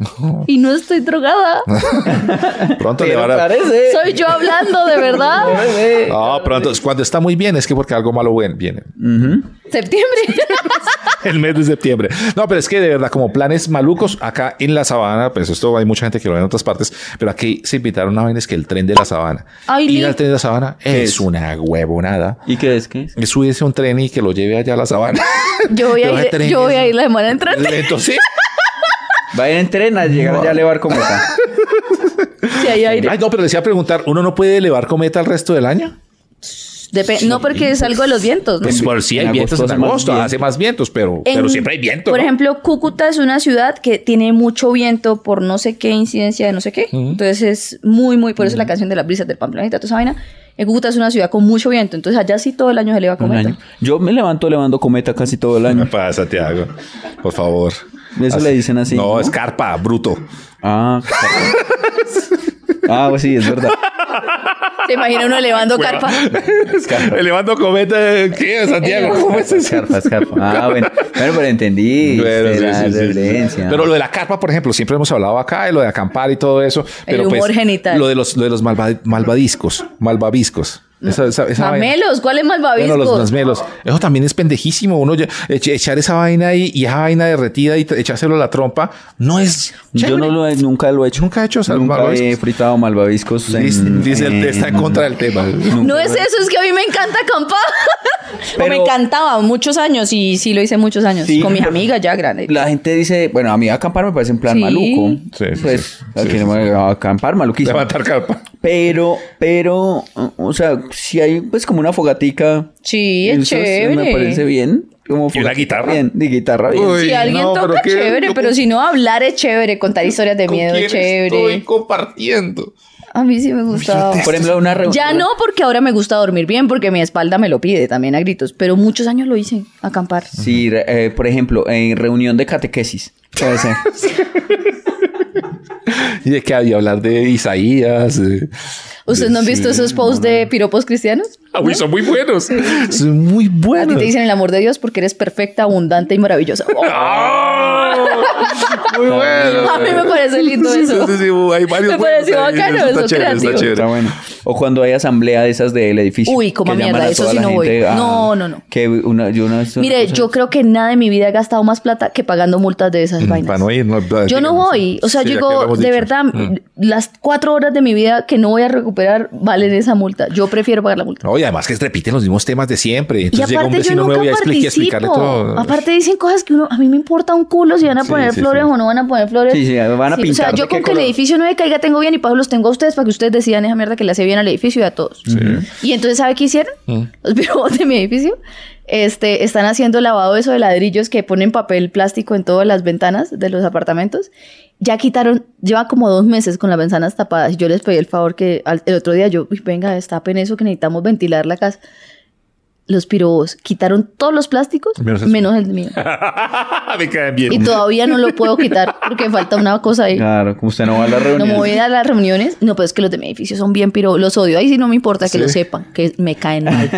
Y no estoy drogada. Pronto le Pero van a- parece. Soy yo hablando, de verdad. Parece. No, pronto, es cuando está muy bien, es que porque algo malo buen- viene. Septiembre. El mes de septiembre. No, pero es que de verdad, como planes malucos, acá en la sabana, pues esto hay mucha gente que lo ve en otras partes, pero aquí se invitaron a vainas que el tren de la sabana. Ay, Ir Lee. al tren de la sabana ¿Qué es es? una huevonada. ¿Y qué es? ¿Qué es? Es subirse a un tren y que lo lleve allá a la sabana. Yo voy Pero hay a ir, trenes. yo voy a ir la semana entrante. Entonces, Va a ir en tren a llegar ya a elevar como está. Si hay aire. ay, no, pero les iba a preguntar, ¿uno no puede elevar cometa el resto del año? Depe- no, porque es algo de los vientos, ¿no? Pues bueno, sí, hay en vientos agosto en hace más agosto, viento. hace más vientos, pero, En- pero siempre hay viento. Por ¿no? ejemplo, Cúcuta es una ciudad que tiene mucho viento por no sé qué incidencia de no sé qué. Entonces es muy, muy. Por eso la canción de las brisas del Pamploneta, toda esa vaina. En Cúcuta es una ciudad con mucho viento. Entonces allá sí todo el año se le va a Un comer. año. Yo me levanto elevando cometa casi todo el año. Para Santiago, por favor. Eso le dicen así, No, ¿no? es carpa, bruto. Ah, claro. ah, pues sí, es verdad. Se imagina uno elevando carpa. Elevando cometa, ¿qué? Santiago, Eh, ¿cómo es eso? Carpa, es carpa. Ah, bueno. Bueno, pero entendí. este, Pero, sí, Era sí, sí, sí, sí. referencia. Pero lo de la carpa, por ejemplo, siempre hemos hablado acá de lo de acampar y todo eso. Pero humor pues, genital. Lo de los, lo de los malva- malvadiscos, malvaviscos. Esa, esa, esa vaina. Mamelos, ¿cuál es más Bueno, los, babisco? los melos. Eso también es pendejísimo. Uno ya- eche- echar esa vaina ahí y esa vaina derretida y t- echárselo a la trompa no es. Yo no lo he- nunca lo he hecho. Nunca he hecho sal- Nunca he Mm, malvaviscos. fritado malvaviscos. en- Dice, dice el en- está en contra del tema. No es eso, es que a mí me encanta acampar. O Pero- me encantaba muchos años y sí lo hice muchos años. Sí. Con mis amigas ya grandes. La gente dice, bueno, a mí acampar me parece un plan Sí. maluco. Sí, sí, pues, sí. a Sí, que sí, no me- acampar maluquísimo. Levantar carpa. Pero, pero, o- o sea, si hay pues como una fogatica. Sí, es eso sí chévere. Me parece bien. Como Y una fogatica guitarra. Bien, y guitarra bien. Uy, si alguien no, pero toca, qué- chévere, yo- pero si no, hablar es chévere, contar historias de ¿Con miedo quién es chévere. Estoy compartiendo. A mí sí me gustaba. Por ejemplo, una reunión. Ya no, porque ahora me gusta dormir bien, porque mi espalda me lo pide también a gritos, pero muchos años lo hice, acampar. Sí, re- eh, por ejemplo, en reunión de catequesis. Puede ser. Y de que había hablar de Isaías. eh. ¿Ustedes no han visto esos posts de piropos cristianos? Ah, uy, son muy buenos. Son muy A ti buenos. te dicen el amor de Dios porque eres perfecta, abundante y maravillosa. Oh, ¡Ah! Muy bueno. a mí me parece lindo Sí, eso. sí, sí, hay varios Me buenos pareció ahí. bacano, Está eso, chévere, está creativo. chévere. Está bueno. O cuando hay asamblea de esas del edificio. Uy, como que mierda, llaman a eso toda sí la no voy. gente No, no, no. Que una, yo una vez- Mire, yo creo que nada de mi vida he gastado más plata que pagando multas de esas vainas. Para no ir, no, Yo no voy, o sea, Ah, Sí, yo aquí digo, lo hemos de dicho. verdad, las cuatro horas de mi vida que no voy a recuperar valen esa multa. Yo prefiero pagar la multa. No, y además que repiten los mismos temas de siempre. Y Entonces llega un aparte yo vecino nunca nuevo y explica, y participo. Ah, explicarle todo. Aparte dicen cosas que uno, a mí me importa un culo si van a Sí, poner sí, flores sí. o no van a poner flores. Sí, sí, van a O sea, pintar de yo con qué que el color. edificio no me caiga tengo bien y pago los tengo a ustedes para que ustedes decidan esa mierda que le hace bien al edificio y a todos. Y entonces, ¿sabe qué hicieron? Los biros de mi edificio. Este, están haciendo lavado de eso de ladrillos que ponen papel plástico en todas las ventanas de los apartamentos. Ya quitaron, lleva como dos meses con las ventanas tapadas. Yo les pedí el favor que al- el otro día yo, "Uy, venga, destapen eso que necesitamos ventilar la casa. Los pirobos quitaron todos los plásticos Menos menos el- el, mío. me caen bien. Y todavía no lo puedo quitar porque falta una cosa ahí. Claro, como usted no va a la No reunión. me voy a ir a las reuniones. No, pero es que los de mi edificio son bien piro. Los odio. Ahí sí no me importa que lo sepan, que me caen mal.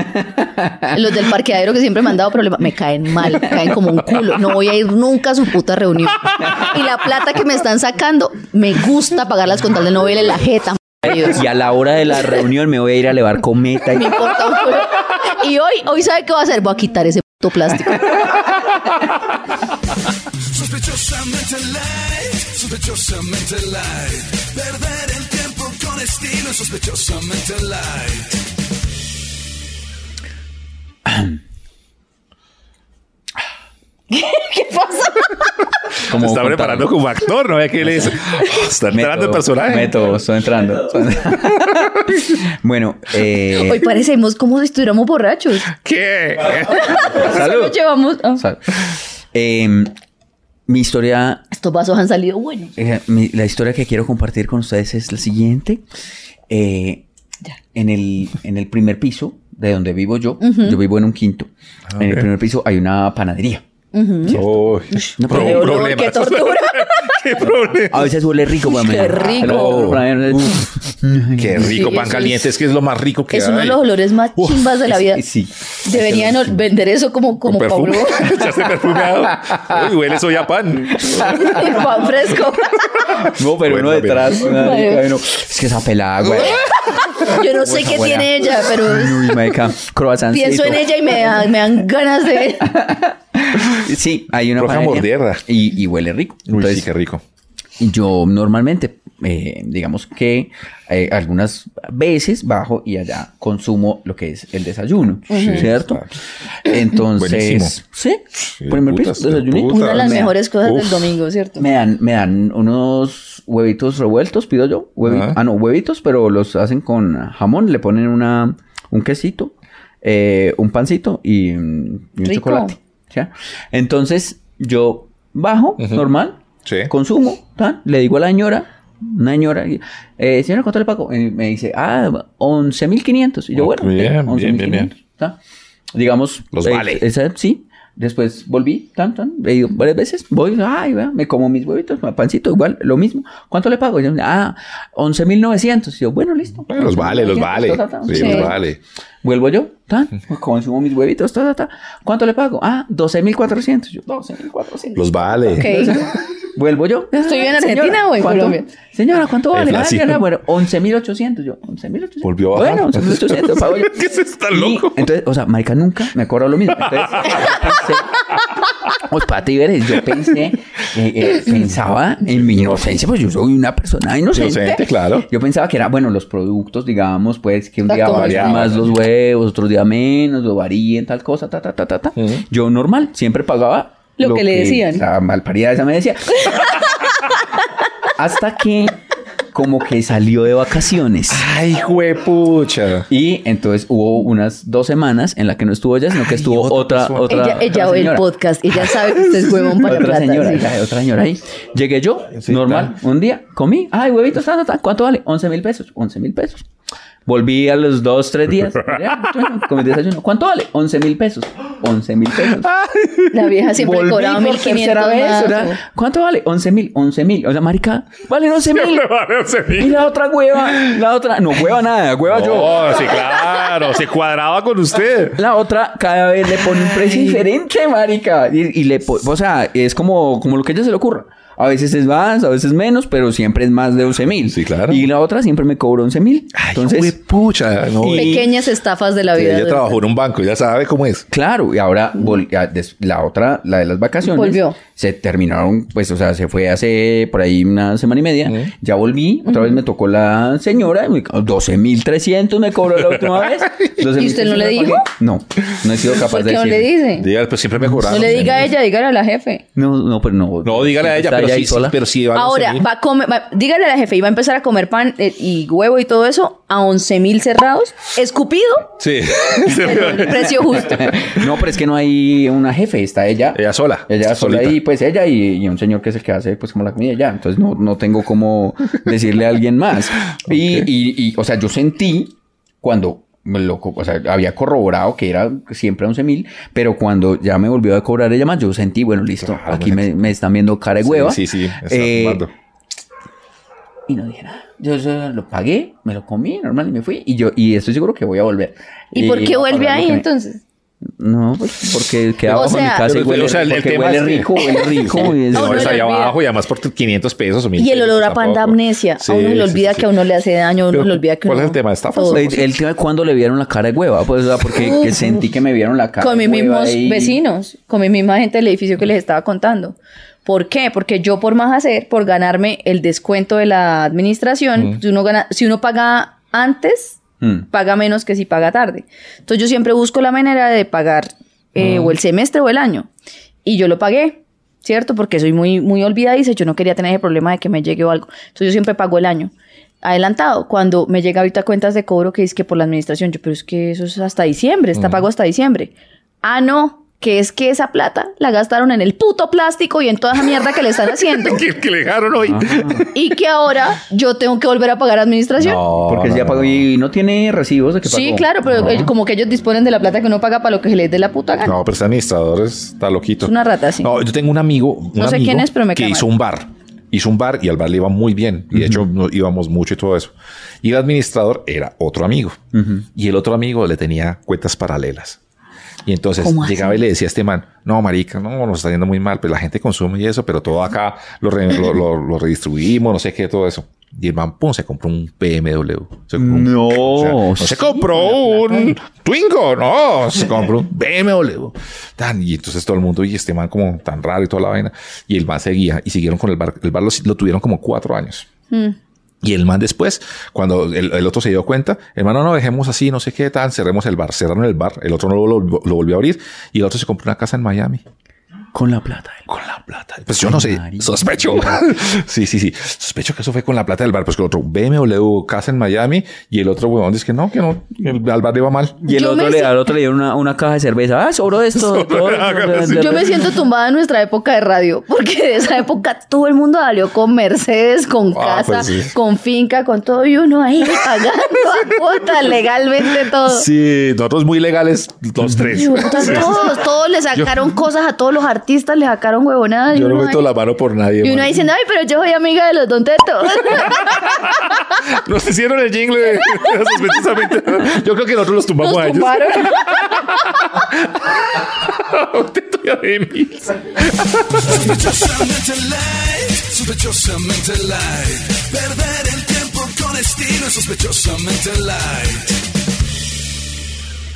los del parqueadero que siempre me han dado problemas, me caen mal, me caen como un culo. No voy a ir nunca a su puta reunión. Y la plata que me están sacando, me gusta pagarlas con tal de no verle la jeta. Bienvenidos. Y a la hora de la reunión me voy a ir a elevar cometa. Y... Me importa un culo. Y hoy, hoy sabe qué va a hacer. Voy a quitar ese puto plástico. Sospechosamente light, sospechosamente light. Perder el tiempo con estilo, es sospechosamente light. ¿Qué pasa? Como está contar- preparando como actor, ¿no? ¿Ve que le dice? está entrando el personaje. Meto, estoy entrando. estoy entrando. bueno, eh, Hoy parecemos como si estuviéramos borrachos. ¿Qué? Solo salud. llevamos. ah, Salud. Em, mi historia estos vasos han salido buenos. Eh, mi- la historia que quiero compartir con ustedes es la siguiente. Eh, en, el, en el primer piso de donde vivo yo, yo vivo en un quinto. En el Ah, ok. primer piso hay una panadería. Uy, No, pro- pero- Qué dolor, problemas. qué tortura. Qué problema. A veces huele rico, pues, para mí. Qué rico. Pero- pero- Qué rico Sí, pan eso caliente, es- es que es lo más rico que Es hay. uno de los olores más Uf, chimbas de la vida. Sí. Deberían ol- vender eso como, como perfume. Pablo. ya se perfumeado. Uy, huele eso ya a pan. Pan fresco. No, pero Bueno, uno detrás. bien. una rica, Vale. uno- es que esa pelada, güey. Yo no sé Buena, qué buena. tiene ella, pero Uy, marica, croissancito. pienso en ella y me, da- me dan ganas de. Sí, hay una Roja panadería. morderra. Y, y huele rico. Uy, Entonces, sí, qué rico. Yo normalmente, eh, digamos que eh, algunas veces bajo y allá consumo lo que es el desayuno, ¿cierto? Entonces, Buenísimo. sí, de primer putas, piso, de desayunito. putas. Una de las Me dan- mejores cosas Uf. del domingo, ¿cierto? Me dan, me dan unos huevitos revueltos, pido yo. huevi- Ajá. Ah, no, huevitos, pero los hacen con jamón, le ponen una, un quesito, eh, un pancito y, un y un Rico. chocolate. ¿ya? Entonces, yo bajo, normal, Sí. consumo, tan, le digo a la señora, una señora, eh, señora, ¿cuánto le pago? Y me dice, ah, 11.500. Y yo, bueno, Bien, ten, bien, bien, 11.500, tan. Digamos, Los eh, vale. esa- sí. Después volví, tan, tan, he ido varias veces, voy, ay, vea, me como mis huevitos, mi pancito, igual, lo mismo. ¿Cuánto le pago? Y yo, ah, 11.900. Y yo, bueno, listo. Bueno, Eh, los vale, los 11.900, vale. ta, ta, ta. Sí, Sí. los vale. Vuelvo yo, tan, consumo mis huevitos, ta, ta, ta. ¿Cuánto le pago? Ah, 12.400. Yo, 12.400. Los vale. Ok. Vuelvo yo. ¿Estoy en Argentina Señora, o en ¿cuánto- Colombia? Señora, ¿cuánto vale? Ah, Inflación. ya, no, bueno, 11.800. Yo, 11.800. Volvió a bajar. Bueno, 11.800 pago yo. ¿Qué es está Y, loco? Entonces, o sea, marica, nunca me acuerdo lo mismo. Entonces, yo pensé- pues, para ti veres, yo pensé, eh, eh, pensaba en mi inocencia, pues yo soy una persona inocente. Inocente, claro. Yo pensaba que era, bueno, los productos, digamos, pues, que un La día comida. varían más los huevos, otro día menos, lo varían, tal cosa, ta, ta, ta, ta, ta. Yo normal, siempre pagaba Lo que le decían. La malparida esa me decía. Hasta que como que salió de vacaciones. Ay, juepucha. Y entonces hubo unas dos semanas en la que no estuvo ella, sino que estuvo otra otra, persona. otra, Ella, otra ella o el señora. podcast. Ella sabe que usted es huevón para Otra plata. señora, sí. ya, otra señora ahí. Llegué yo, Sí, normal, un día, comí, ay, huevitos, ta, ta, ta, ¿cuánto vale? 11 mil pesos, 11 mil pesos. Volví a los dos, tres días, ya, comí desayuno, ¿cuánto vale? 11 mil pesos, 11 mil pesos. Ah, La vieja siempre Volví cobraba por tercera 1500 vez, más. ¿verdad? ¿Cuánto vale? 11 mil, 11 mil. O sea, marica, vale 11 mil. Y la otra hueva, la otra, no hueva nada, hueva yo. Oh, sí, claro. Se cuadraba con usted. La otra cada vez le pone un precio diferente, marica. Y, y le, po- o sea, es como, como lo que a ella se le ocurra. A veces es más, a veces menos, pero siempre es más de 11 Ah, mil. Sí, claro. Y la otra siempre me cobró 11 mil. Ay, Entonces, juepucha. No, Y- Pequeñas estafas de la vida. ella de- trabajó en un banco, ya sabe cómo es. claro, y ahora vol- ya des- la otra, la de las vacaciones. Mm. Volvió. Se terminaron, pues, o sea, se fue hace por ahí una semana y media. Mm. Ya volví, otra vez me tocó la señora, y me- 12 mil 300 me cobró la última vez. 12.300 usted no le pagué. dijo? No, no he sido capaz ¿Por de qué no le decirle. dice? Dígale, pues siempre No mejoraron. le diga a ella, dígale a la jefe. No, no, pero no. No, dígale a ella, Está pero ahí sí, sí, sola. pero sí. vale Ahora, 11.000. va a comer, va- dígale a la jefe, y va a empezar a comer pan eh, y huevo y todo eso a 11 mil cerrados, escupido, Sí. pero el precio justo. No, pero es que no hay una jefe, está ella. Ella sola. Ella sola Solita. ahí, pues ella y, y un señor que es el que hace pues como la comida ya. Entonces no, no tengo como decirle a alguien más. Y, y- y, o sea, yo sentí cuando me lo, co- o sea, había corroborado que era siempre 11 mil, pero cuando ya me volvió a cobrar ella más, yo sentí, bueno, listo, Claro, aquí bueno. me, me están viendo cara de hueva. Sí, sí. sí, está Eh, fumando. y no dije nada. Yo, yo lo pagué, me lo comí normal y me fui. Y yo, y estoy seguro que voy a volver. ¿Y por qué voy a vuelve pagar lo ahí que me- entonces? No, pues porque queda O bajo mi sea- casa y Pero, huele, o sea, el- el porque tema huele es que- rico, huele rico. y es- No, No, no está le allá olvida. abajo y además por 500 pesos o 1000 Y el olor a pan da amnesia. a uno se le olvida que a uno le hace daño, a uno Pero, le olvida que ¿cuál uno... es el tema? Está todo. fácil. Pues, el, el tema de cuando le vieron la cara de hueva, pues, o sea, porque que sentí que me vieron la cara. Con de mis hueva mismos ahí. vecinos, con mi misma gente del edificio que les estaba contando. ¿Por qué? Porque yo por más hacer, por ganarme el descuento de la administración, Mm. si, uno gana, si uno paga antes, Mm. paga menos que si paga tarde. Entonces yo siempre busco la manera de pagar eh, o el semestre o el año. Y yo lo pagué, ¿cierto? Porque soy muy, muy olvidadiza. Yo no quería tener el problema de que me llegue o algo. Entonces yo siempre pago el año. Adelantado, cuando me llega ahorita cuentas de cobro que es que por la administración, yo, pero es que eso es hasta diciembre, está pago hasta diciembre. Ah, no, que es que esa plata la gastaron en el puto plástico y en toda esa mierda que le están haciendo. Que, que le dejaron hoy. y que ahora yo tengo que volver a pagar administración. Porque ya pagó y no tiene recibos de que Sí, pagó. claro, pero el- como que ellos disponen de la plata que uno paga para lo que se les dé la puta gana. No, pero ese administrador está loquito. Es una rata, sí. No, yo tengo un amigo, un No sé amigo quién es, pero me que cae hizo mal. un bar. Hizo un bar y al bar le iba muy bien. Y de hecho no- íbamos mucho y todo eso. Y el administrador era otro amigo. Y el otro amigo le tenía cuentas paralelas. Y entonces ¿Cómo así? llegaba y le decía a este man, no, marica, no, nos está yendo muy mal, pero la gente consume y eso, pero todo acá lo, re- lo- lo- lo redistribuimos, no sé qué, todo eso. Y el man, pum, se compró un BMW. Se compró un- No, o sea, no se sí, compró un Twingo, no, se compró un BMW. Tan, y entonces todo el mundo, y este man como tan raro y toda la vaina. Y el man seguía y siguieron con el bar. El bar lo, lo tuvieron como cuatro años. Mm. Y el man después, cuando el, el otro se dio cuenta, hermano, no dejemos así, no sé qué tan, cerremos el bar, cerraron el bar, el otro no lo, lo volvió a abrir y el otro se compró una casa en Miami Con la plata. con la plata. Pues yo no sé, Marica. sospecho. sí, sí, sí. Sospecho que eso fue con la plata del bar. Pues que el otro BMW casa en Miami y el otro huevón dice que no, que no, que el, al bar le va mal. Y el Yo otro me le, si- al otro le dieron una, una caja de cerveza. Ah, sobró esto. todo, todo, todo, Yo me siento tumbada en nuestra época de radio, porque de esa época todo el mundo salió con Mercedes, con Ah, casa, pues sí. con finca, con todo, y uno ahí pagando a cuota legalmente todo. Sí, nosotros muy legales los tres. Y puta, todos, todos le sacaron cosas a todos los artistas, le sacaron huevonadas. y Yo no uno meto ahí- la mano por nadie. y uno man. ahí diciendo, ay, pero yo soy amiga de los Don Teto. Nos hicieron el jingle sospechosamente. Yo creo que nosotros los tumbamos Nos a ellos. tumbaron. Te estoy a mí. Sospechosamente light, sospechosamente light. Perder el tiempo con estilo es sospechosamente light.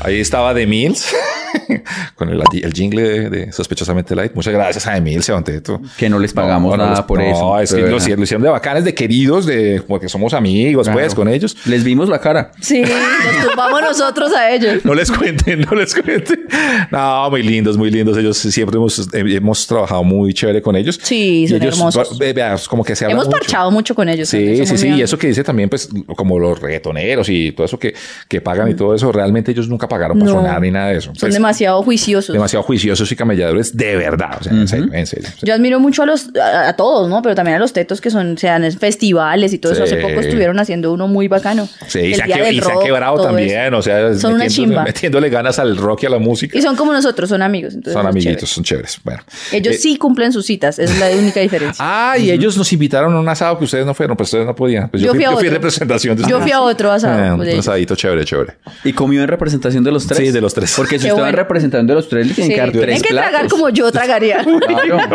Ahí estaba The Mills con el, el jingle de, de Sospechosamente Light. Muchas gracias a The Mills, Don Teto. Que no les pagamos No, no, nada los- por no, eso. es que pero lo, ajá. hicieron- lo hicieron de bacanes, de queridos, de porque somos amigos, pues, Claro. con ellos. Les vimos la cara. Sí, nos tumbamos nosotros a ellos. No les cuenten, no les cuenten. No, muy lindos, muy lindos. Ellos siempre hemos, eh, hemos trabajado muy chévere con ellos. Sí, Y son ellos, hermosos. ve- veas, como que se hablan Hemos mucho. parchado mucho con ellos. también, Sí, son sí, muy sí. Y amigos. eso que dice también, pues, como los reggaetoneros y todo eso que, que pagan y todo eso, realmente ellos nunca pagaron por No. sonar ni nada de eso. Son Pues, demasiado juiciosos. demasiado juiciosos y camelladores de verdad. O sea, en serio, en serio. Yo admiro mucho a los a, a todos, ¿no? Pero también a los tetos que son, sean en festivales y todo eso. Sí. Hace poco estuvieron haciendo uno muy bacano. Sí, y El se, han Día que- del y se han Rock, quebrado todo también, eso. o sea, son una metiéndole- chimba. metiéndole ganas al rock y a la música. Y son como nosotros, son amigos. entonces son es amiguitos, chévere. son chéveres. Bueno. Ellos Eh, sí cumplen sus citas, esa es la única diferencia. Ah, y ellos nos invitaron a un asado que ustedes no fueron, pues ustedes no podían. Pues yo, fui, yo fui otro. representación. de Yo ustedes. fui a otro asado, Ah, de un ellos. asadito chévere, chévere. Y comió en representación de los tres. Sí, de los tres. Porque si Qué estaban bueno. representando de los tres, le tienen Sí, que dar tienen tres que tragar platos. como yo tragaría. Claro.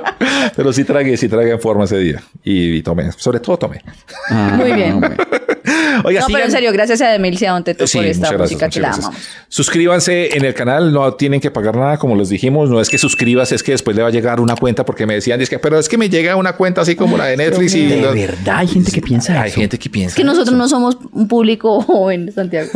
Pero sí tragué, sí tragué en forma ese día. Y, y tomé, sobre todo tomé. Ah, Muy bien. hombre. Oiga, No, pero sigan- en serio, gracias a Emilcia Don Teto Sí, por esta muchas gracias, música que la muchas amamos. gracias. Suscríbanse en el canal, no tienen que pagar nada, como les dijimos. No es que suscribas, es que después le va a llegar una cuenta, porque me decían, que, pero es que me llega una cuenta así como la de Netflix y. De verdad, hay gente que piensa Hay eso. gente que piensa. Es que nosotros no somos un público joven, Santiago.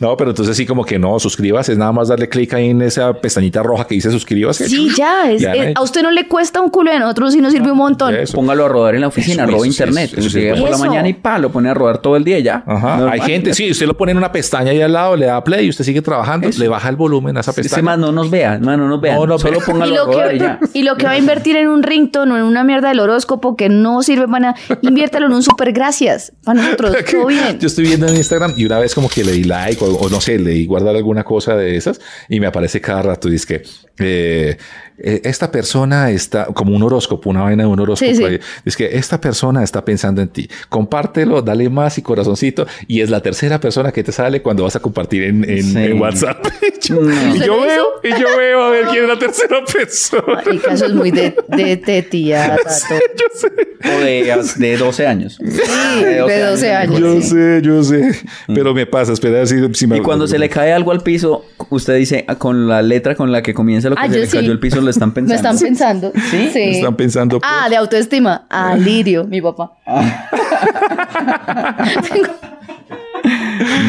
No, pero entonces sí, como que no, suscribas, es nada más darle clic ahí en esa pestañita roja que dice suscribas. Sí, ya, es, Ya, es- ¿eh? a usted no le cuesta un culo y a nosotros sí nos sirve un montón. Eso. Póngalo a rodar en la oficina, Eso, roba eso sí, internet. eso, eso sí, Llega es por la bueno. mañana y pa, lo pone a rodar todo el día y ya. Ajá. Normal. Hay gente, sí, usted lo pone en una pestaña ahí al lado, le da play y usted sigue trabajando, le baja el volumen a esa Ese pestaña. más este no nos vea, más no nos vea. No, no, Solo pero- Y póngalo a lo, rodar y que, ya. y lo que va a invertir en un ringtone o en una mierda del horóscopo que no sirve para nada, inviértalo en un super gracias para nosotros. Todo bien. Yo estoy viendo en Instagram y una vez como que le di like o, o no sé, le di guardar alguna cosa de esas y me aparece cada rato y dice que eh, eh, esta persona está como un horóscopo, una vaina de un horóscopo. Sí, sí. ahí. Es que esta persona está pensando en ti. Compártelo, dale más y corazoncito. Y es la tercera persona que te sale cuando vas a compartir en, en- Sí. en WhatsApp. y yo, y ¿Usted yo lo veo, hizo? y yo veo a ver quién es la tercera persona. Marica, eso es muy de, de, de tía, Tato. Yo sé. O de, de 12 años. Sí, de 12 años. Yo sí. sé, yo sé. Pero me pasa, espera si, si me- Mm. Y cuando se le cae algo al piso, usted dice ah, con la letra con la que comienza lo que Ah, se yo le sí. cayó el piso, lo están pensando. Me están pensando. ¿Sí? Sí. Están pensando, Ah, de autoestima. Ah, Lirio, mi papá.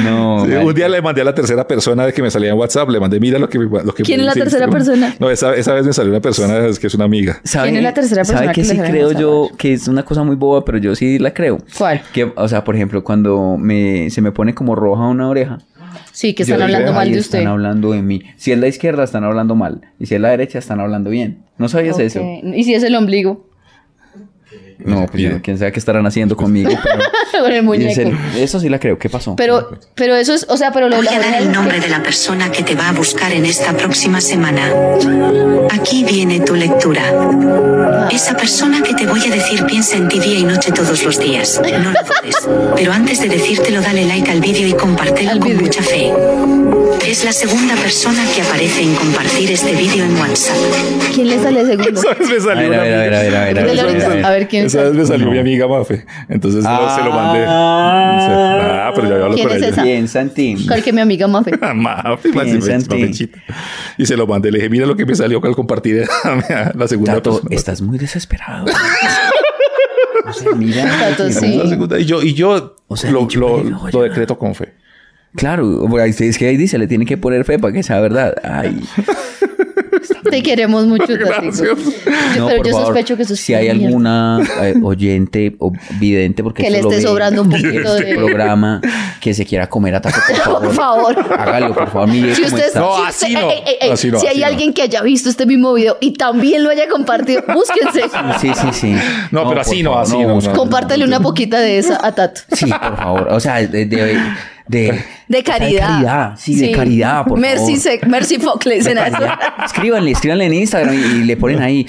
No. Sí, marica. un día le mandé a la tercera persona de que me salía en WhatsApp, le mandé, mira lo que, me- lo que ¿Quién me es la hiciste". tercera persona? No, esa, esa vez me salió una persona es que es una amiga. ¿Sabe- ¿Quién es la tercera persona ¿Sabe que que le sí sale en creo WhatsApp? yo que es una cosa muy boba, pero yo sí la creo? ¿Cuál? Que, o sea, por ejemplo, cuando me, se me pone como roja una oreja. Sí, que Yo están dije, hablando ahí mal de están usted. hablando de mí. Si es la izquierda, están hablando mal. Y si es la derecha, están hablando bien. ¿No sabías Ok. eso? ¿Y si es el ombligo? No, pues yo, quién sabe qué estarán haciendo conmigo. pero- Con el y en muñeco. serio, eso sí la creo. ¿Qué pasó? Pero, pero eso es, o sea, pero lo Voy a la- dar el nombre de la persona que te va a buscar en esta próxima semana. Aquí viene tu lectura. Esa persona que te voy a decir piensa en ti día y noche todos los días. No lo dudes. Pero antes de decírtelo, dale like al vídeo y compártelo Al con vídeo. mucha fe. Es la segunda persona que aparece en compartir este vídeo en WhatsApp. ¿Quién le sale segundo? Esa vez me A salió ver, una a ver, a ver, amiga. a ver, a ver, a ver, Dele a ver, a ahorita. ver. A ver quién Esa vez sale. me salió mi amiga Mafe. Entonces no, se lo mandé. Ah. Ah, pero ya hablo ¿Quién con es ella. esa? Piensa en ti. Claro que mi amiga Mafe. Mafe, Piensa Mafe, en ti. Mafechita. Y se lo mandé. Le dije, mira lo que me salió al compartir a la segunda Tato, persona. estás muy desesperado. O sea, mira. Tato, sí. La segunda. Y yo, y yo O sea, lo, y yo lo- me voy a lo llorar. decreto con fe. Claro, bueno, ahí sí, es que ahí dice, le tiene que poner fe para que sea verdad. Ay, Te queremos mucho, Tatico. Gracias. Yo- no, pero por yo favor, sospecho que eso es Si hay pura mierda. alguna eh, oyente o vidente, porque Que esto le lo esté ve sobrando un en poquito este de- programa que se quiera comer a Tato, por favor. Por favor. Hágalo, por favor, mire Si cómo usted, está. No, si, así usted- eh, no. Así no, si así hay no. alguien que haya visto este mismo video y también lo haya compartido, búsquense. Sí, sí, sí. No, pero por así no, favor, así no, busca- no. Compártale una poquita de esa a Tato. Sí, por favor. O sea, de... de, de- De caridad. De caridad, sí, de caridad, por Mercy favor. Sec- Mercy Fox le dicen a eso. Escríbanle, escríbanle en Instagram y, y le ponen ahí.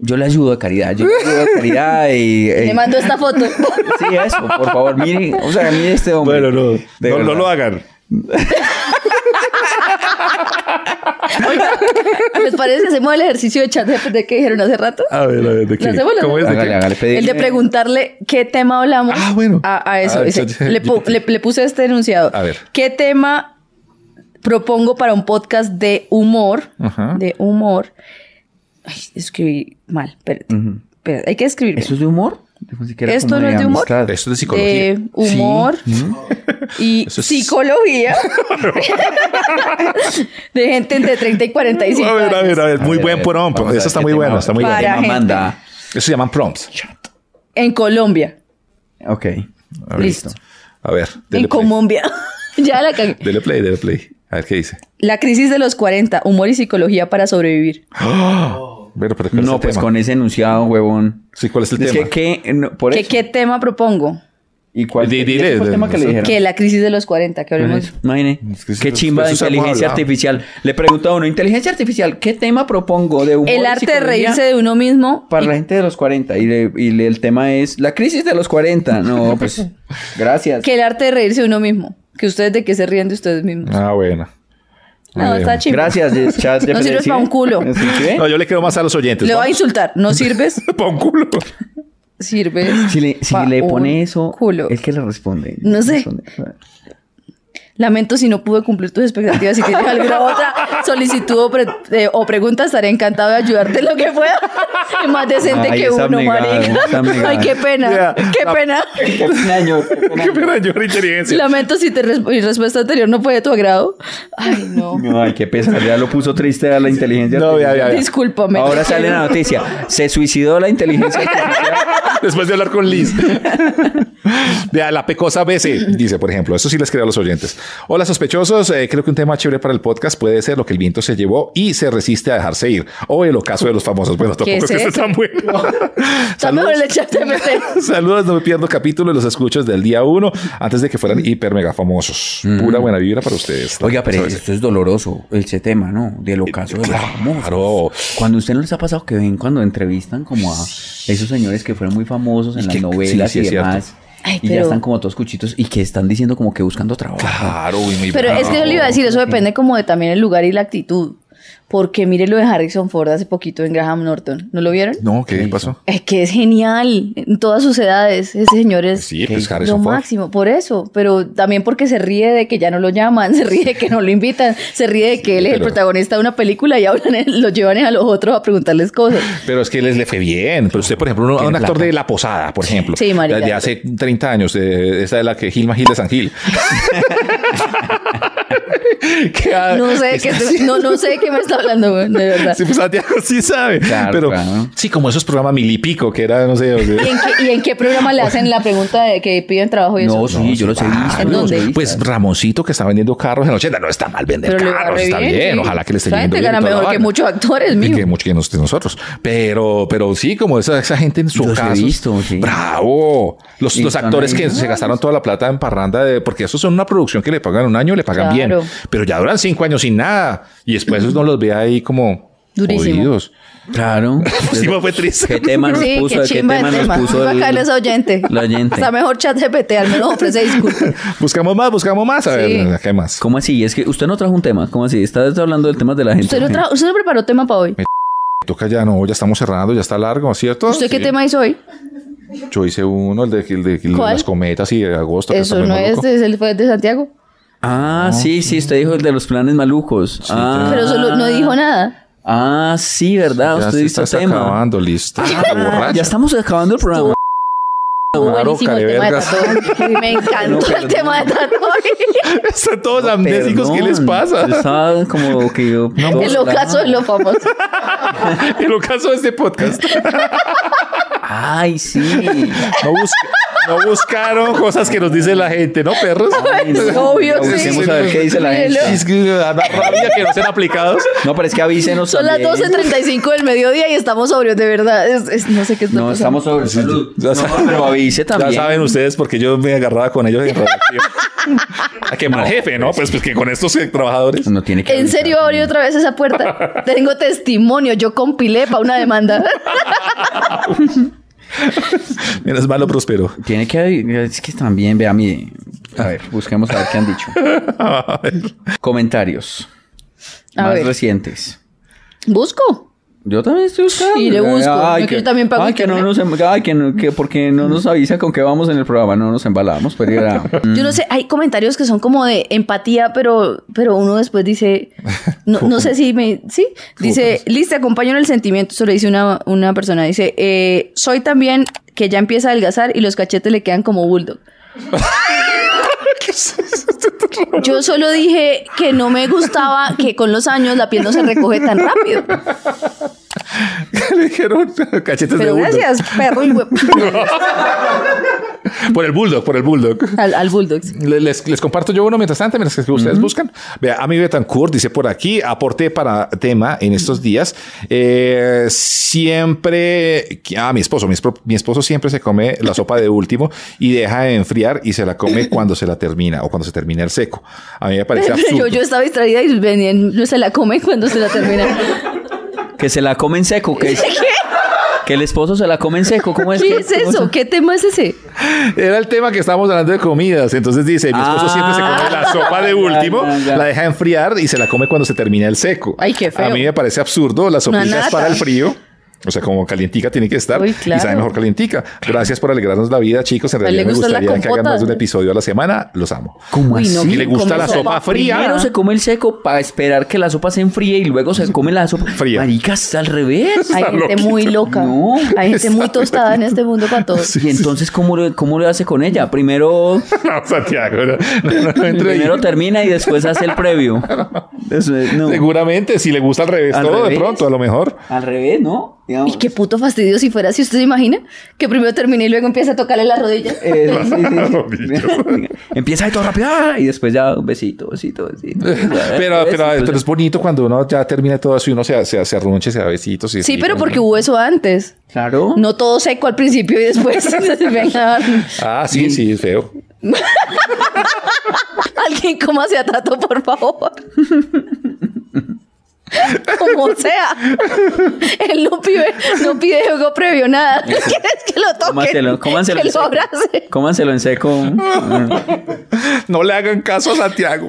Yo le ayudo a caridad, yo le ayudo a caridad y. eh, Le mando esta foto. Sí, eso, por favor, mire, o sea, mire este hombre. Bueno, no, De no, no verdad. lo hagan. ¿Les parece? Hacemos el ejercicio de chat de que dijeron hace rato. A ver, a ver, ¿de qué? ¿Lo hacemos, lo ¿Cómo es? ¿De qué? Hágale, hágale, pedí- El de preguntarle qué tema hablamos Eh, Ah, bueno. a, a eso. Ah, Dice, chat- le, pu- le- le puse este enunciado. A ver. ¿Qué tema propongo para un podcast de humor? Ajá. De humor. Ay, escribí mal, espérate. Espérate, hay que escribir. bien. ¿Eso es de humor? Ni siquiera ¿Esto como no es de humor? amistad. Esto es de psicología. ¿Mm? De humor y Eso es- psicología de gente entre 30 y 45 A ver, a ver, a ver. A Muy ver, a buen ver, prompt. vamos a ver Eso está qué muy tema- bueno, está muy qué Para bueno. tema gente. manda. Eso se llaman prompts. en Colombia. Ok. Listo. A ver, En dele play. Colombia. ya la cagué. Dele play, dele play. A ver qué dice. La crisis de los 40, humor y psicología para sobrevivir. Bueno, pero ¿cuál es No, el pues este tema? con ese enunciado, huevón. Sí, ¿cuál es el Es tema? que, ¿qué? No, por ¿Qué, eso. ¿Qué tema propongo? Ah. ¿Y cuál Di- y dile, ese fue el tema que no le sé. dijeron? Que la crisis de los 40, que hablemos. Imagine. Es que Qué eso- chimba de eso hemos inteligencia hablado. artificial. Le pregunto a uno, inteligencia artificial, ¿qué tema propongo de humor? El y arte de psicología reírse de uno mismo. Para y- la gente de los 40. Y, le- y le- el tema es la crisis de los 40. No, pues, gracias. que el arte de reírse de uno mismo. Que ustedes de qué se ríen de ustedes mismos. Ah, bueno. no, Ay, está Dios. chimba. Gracias, yes, chat. No GPT, sirves ¿sí pa' ve? un culo. ¿Sí ve? No, yo le creo más a los oyentes. Le voy a insultar. No sirves, Pa' un culo. sirves. Si le, si pa' le un pone eso, Culo. es que le responde. No sé. Responde. Lamento si no pude cumplir tus expectativas. Si tienes alguna otra solicitud o, pre- eh, o pregunta, estaré encantado de ayudarte en lo que pueda. Es más decente Ay, que esa uno, abnegada, esa marica. abnegada. Ay, qué pena. Ya, Qué la- pena. Qué pena, ñor, qué pena, Qué pena, yo la inteligencia. Lamento si te res- mi respuesta anterior no fue de tu agrado. Ay, no. ñor. Ay, qué pesar. Ya lo puso triste a la inteligencia No, ya, artificial. ya, ya. Discúlpame. Ahora sale la noticia. Se suicidó la inteligencia artificial. Después de hablar con Liz. Vea, la pecosa BC dice, por ejemplo, eso sí les creo a los oyentes. Hola sospechosos, Eh, creo que un tema chévere para el podcast puede ser lo que el viento se llevó y se resiste a dejarse ir. O el ocaso de los famosos. Bueno, tampoco es es que esté eso? tan bueno. Está mejor el chat de MT. Saludos, no me pierdo capítulo de los escuchos del día uno antes de que Mm. fueran hiper mega famosos. Pura buena vibra para ustedes. Oiga, pero ¿Sabes? esto es doloroso, ese tema, ¿no? Del ocaso de los famosos. Eh, Claro. Cuando a usted no les ha pasado que ven cuando entrevistan como a esos señores que fueron muy famosos en Y las que- novelas sí, sí, y es demás. cierto. Ay, y ya pero- están como todos cuchitos y que están diciendo como que buscando trabajo. Claro, y muy Pero es que yo le iba a bravo. decir, eso depende como de también el lugar y la actitud. Porque mire lo de Harrison Ford hace poquito en Graham Norton. ¿No lo vieron? No, ¿qué pasó? Es que es genial. En todas sus edades, ese señor es Sí, pues lo Harrison Ford. máximo. Por eso. Pero también porque se ríe de que ya no lo llaman, se ríe de que no lo invitan, se ríe de que él es el pero- protagonista de una película y hablan, lo llevan a los otros a preguntarles cosas. Pero es que les le fue bien. Pero usted, por ejemplo, uno- un Tiene actor plata. de La Posada, por ejemplo. Sí, marica. De hace 30 años. De, esa de la que Gilma Gil de San Gil. Ah, Que ha- No sé, de está qué- haciendo- no, no sé de qué me está hablando, güey, de verdad. Sí, pues Santiago sí sabe. Claro, pero claro. sí, como esos programas milipico que era, no sé. o sea- ¿Y en, qué, y en qué programa le hacen la pregunta de que piden trabajo y No, eso? sí, yo los he visto. ¿En yo los he Pues, dónde? visto. Pues Ramoncito que está vendiendo carros en 80, no está mal vender Pero le va carros, re está bien, bien, sí. ojalá que le esté Esa yendo gente bien. gana y toda la mejor que vaina. muchos actores, Y mijo. que muchos que nos- que nosotros. Pero, pero sí, como esa, esa gente en su Los he caso. visto, sí. Bravo. Los, Y los están actores ahí, que ¿no? se gastaron toda la plata en parranda, de, porque eso son una producción que le pagan un año, le Claro. pagan bien, pero ya duran cinco años sin nada y después uno los ve ahí como Durísimo. jodidos. Claro. Sí, me fue triste. ¿Qué tema nos Sí, puso? qué ¿Qué chimba tema de nos tema. puso? Iba a el- caer esa oyente. La oyente. Está mejor chat GPT, al menos ofrece disculpas. Buscamos más, buscamos más. A Sí. ver, ¿qué más? ¿Cómo así? Es que usted no trajo un tema. ¿Cómo así? Está hablando del tema de la gente. ¿Usted no, tra- usted no preparó tema para hoy? Toca ya, no, ya estamos cerrando, ya está largo, ¿cierto? ¿Usted qué Sí. tema hizo hoy? Yo hice uno, el de, el de- el de ¿Cuál? las cometas y de agosto. que Eso está muy no es, maluco. de, es el- fue de Santiago. Ah, sí, sí, usted dijo el de los planes malucos. ah, Pero solo no dijo nada. Ah, sí, ¿verdad? Ya usted se hizo está tema. Ah, acabando, listo. Está borracha. Ya estamos acabando el programa. Estuvo Claro, buenísimo el tema de carevergas. Trattori. Me encantó el tema de Trattori. Están todos amnésicos, ¿qué les Perdón, yo pasa? Estaba como que yo. todo- El ocaso es lo famoso. El ocaso de este podcast. Ay, sí. No, bus- no buscaron cosas que nos dice la gente, ¿no, perros? Ay, Obvio, sí. Busquemos a ver qué dice la gente. Es que da rabia que no sean aplicados. No, pero es que avísenos. Son las también. 12.35 del mediodía y estamos sobrios, de verdad. Es- es- no sé qué está No, pasando. estamos sobre salud. Ya No, saben- pero avise también. Ya saben ustedes porque yo me agarraba con ellos en radioactivo. A quemar Ah, jefe, ¿no? Pues, pues que con estos trabajadores. Pues No tiene que ¿En avisar. serio abrí otra vez esa puerta? Tengo testimonio, yo compilé para una demanda. Menos malo próspero. Tiene que haber- es que también, vea, mire. A ver, busquemos a ver qué han dicho. Comentarios A más ver. recientes. Busco. Yo también estoy buscando. Sí, le busco. Yo que yo también pago ay, que no nos, internet. em- ay, que no, que porque no nos avisa con qué vamos en el programa, no nos embalamos, pues, pero era- Yo Mm. no sé, hay comentarios que son como de empatía, pero, pero uno después dice, no, no sé si me, sí, dice, listo, acompaño en el sentimiento, eso le dice una, una persona, dice, eh, soy también que ya empieza a adelgazar y los cachetes le quedan como bulldog. Yo solo dije que no me gustaba que con los años la piel no se recoge tan rápido. Le dijeron cachetes de Pero bulldog. gracias, perro y hue- Por el bulldog, por el bulldog. al, al bulldog. Le- Les, les comparto yo uno mientras tanto, mientras que ustedes buscan. Vea, a mi Betancourt dice por aquí, aporte para tema en estos días. Eh, siempre, ah, mi esposo, mi, espro- mi esposo siempre se come la sopa de último y deja de enfriar y se la come cuando se la termina o cuando se termina el seco. A mí me parece Yo, absurdo. yo estaba distraída y venía, no se la come cuando se la termina. que se la comen seco, que, es- que el esposo se la come en seco, ¿cómo es? ¿Qué que- es cómo eso? se- ¿Qué tema es ese? Era el tema que estábamos hablando de comidas. Entonces dice, mi esposo Ah. siempre se come la sopa de Ya, último, ya, ya. la deja enfriar y se la come cuando se termina el seco. Ay, qué feo. A mí me parece absurdo. La sopita es nata. para el frío. O sea, como calientica tiene que estar Uy, y sabe claro. mejor calientica. Gracias por alegrarnos la vida, chicos. En A él le realidad me gusta la gustaría que hagan compota. más de un episodio a la semana. Los amo. ¿Cómo Uy, no, así? Y le gusta come la sopa fría. Primero se come el seco para esperar que la sopa se enfríe y luego se come la sopa Fría. Maricas, al revés. Hay gente loquito. muy loca. No. Hay gente muy tostada en este mundo para todos. Y entonces, ¿cómo, lo- ¿cómo lo hace con ella? Primero, No, Santiago, no, no, no entre ahí. primero termina y después hace el previo. Eso es- no. Seguramente, si le gusta al revés ¿Al todo, de revés? pronto, a lo mejor. Al revés, ¿no? digamos. Y qué puto fastidio si fuera así. ¿Usted se imagina? Que primero termine y luego empieza a tocarle las rodillas. Eh, sí, sí, sí. Rodillas. Empieza de todo rápido ¡ah! y después ya un besito, besito, besito. pues, Pero, pero, Besito, pero es bonito cuando uno ya termina todo eso y uno se, se, se arrunche, se da besitos. y- Sí, y- pero porque hubo eso antes. Claro. No todo seco al principio y después venga, Ah, sí, sí, es feo. alguien coma se trato, por favor. Como sea. Él no pide, no pide juego previo, nada. ¿Quieres que lo toque? Cómanselo, Que cómanselo en lo seco. abrace. Cómanselo en seco. No le hagan caso a Santiago.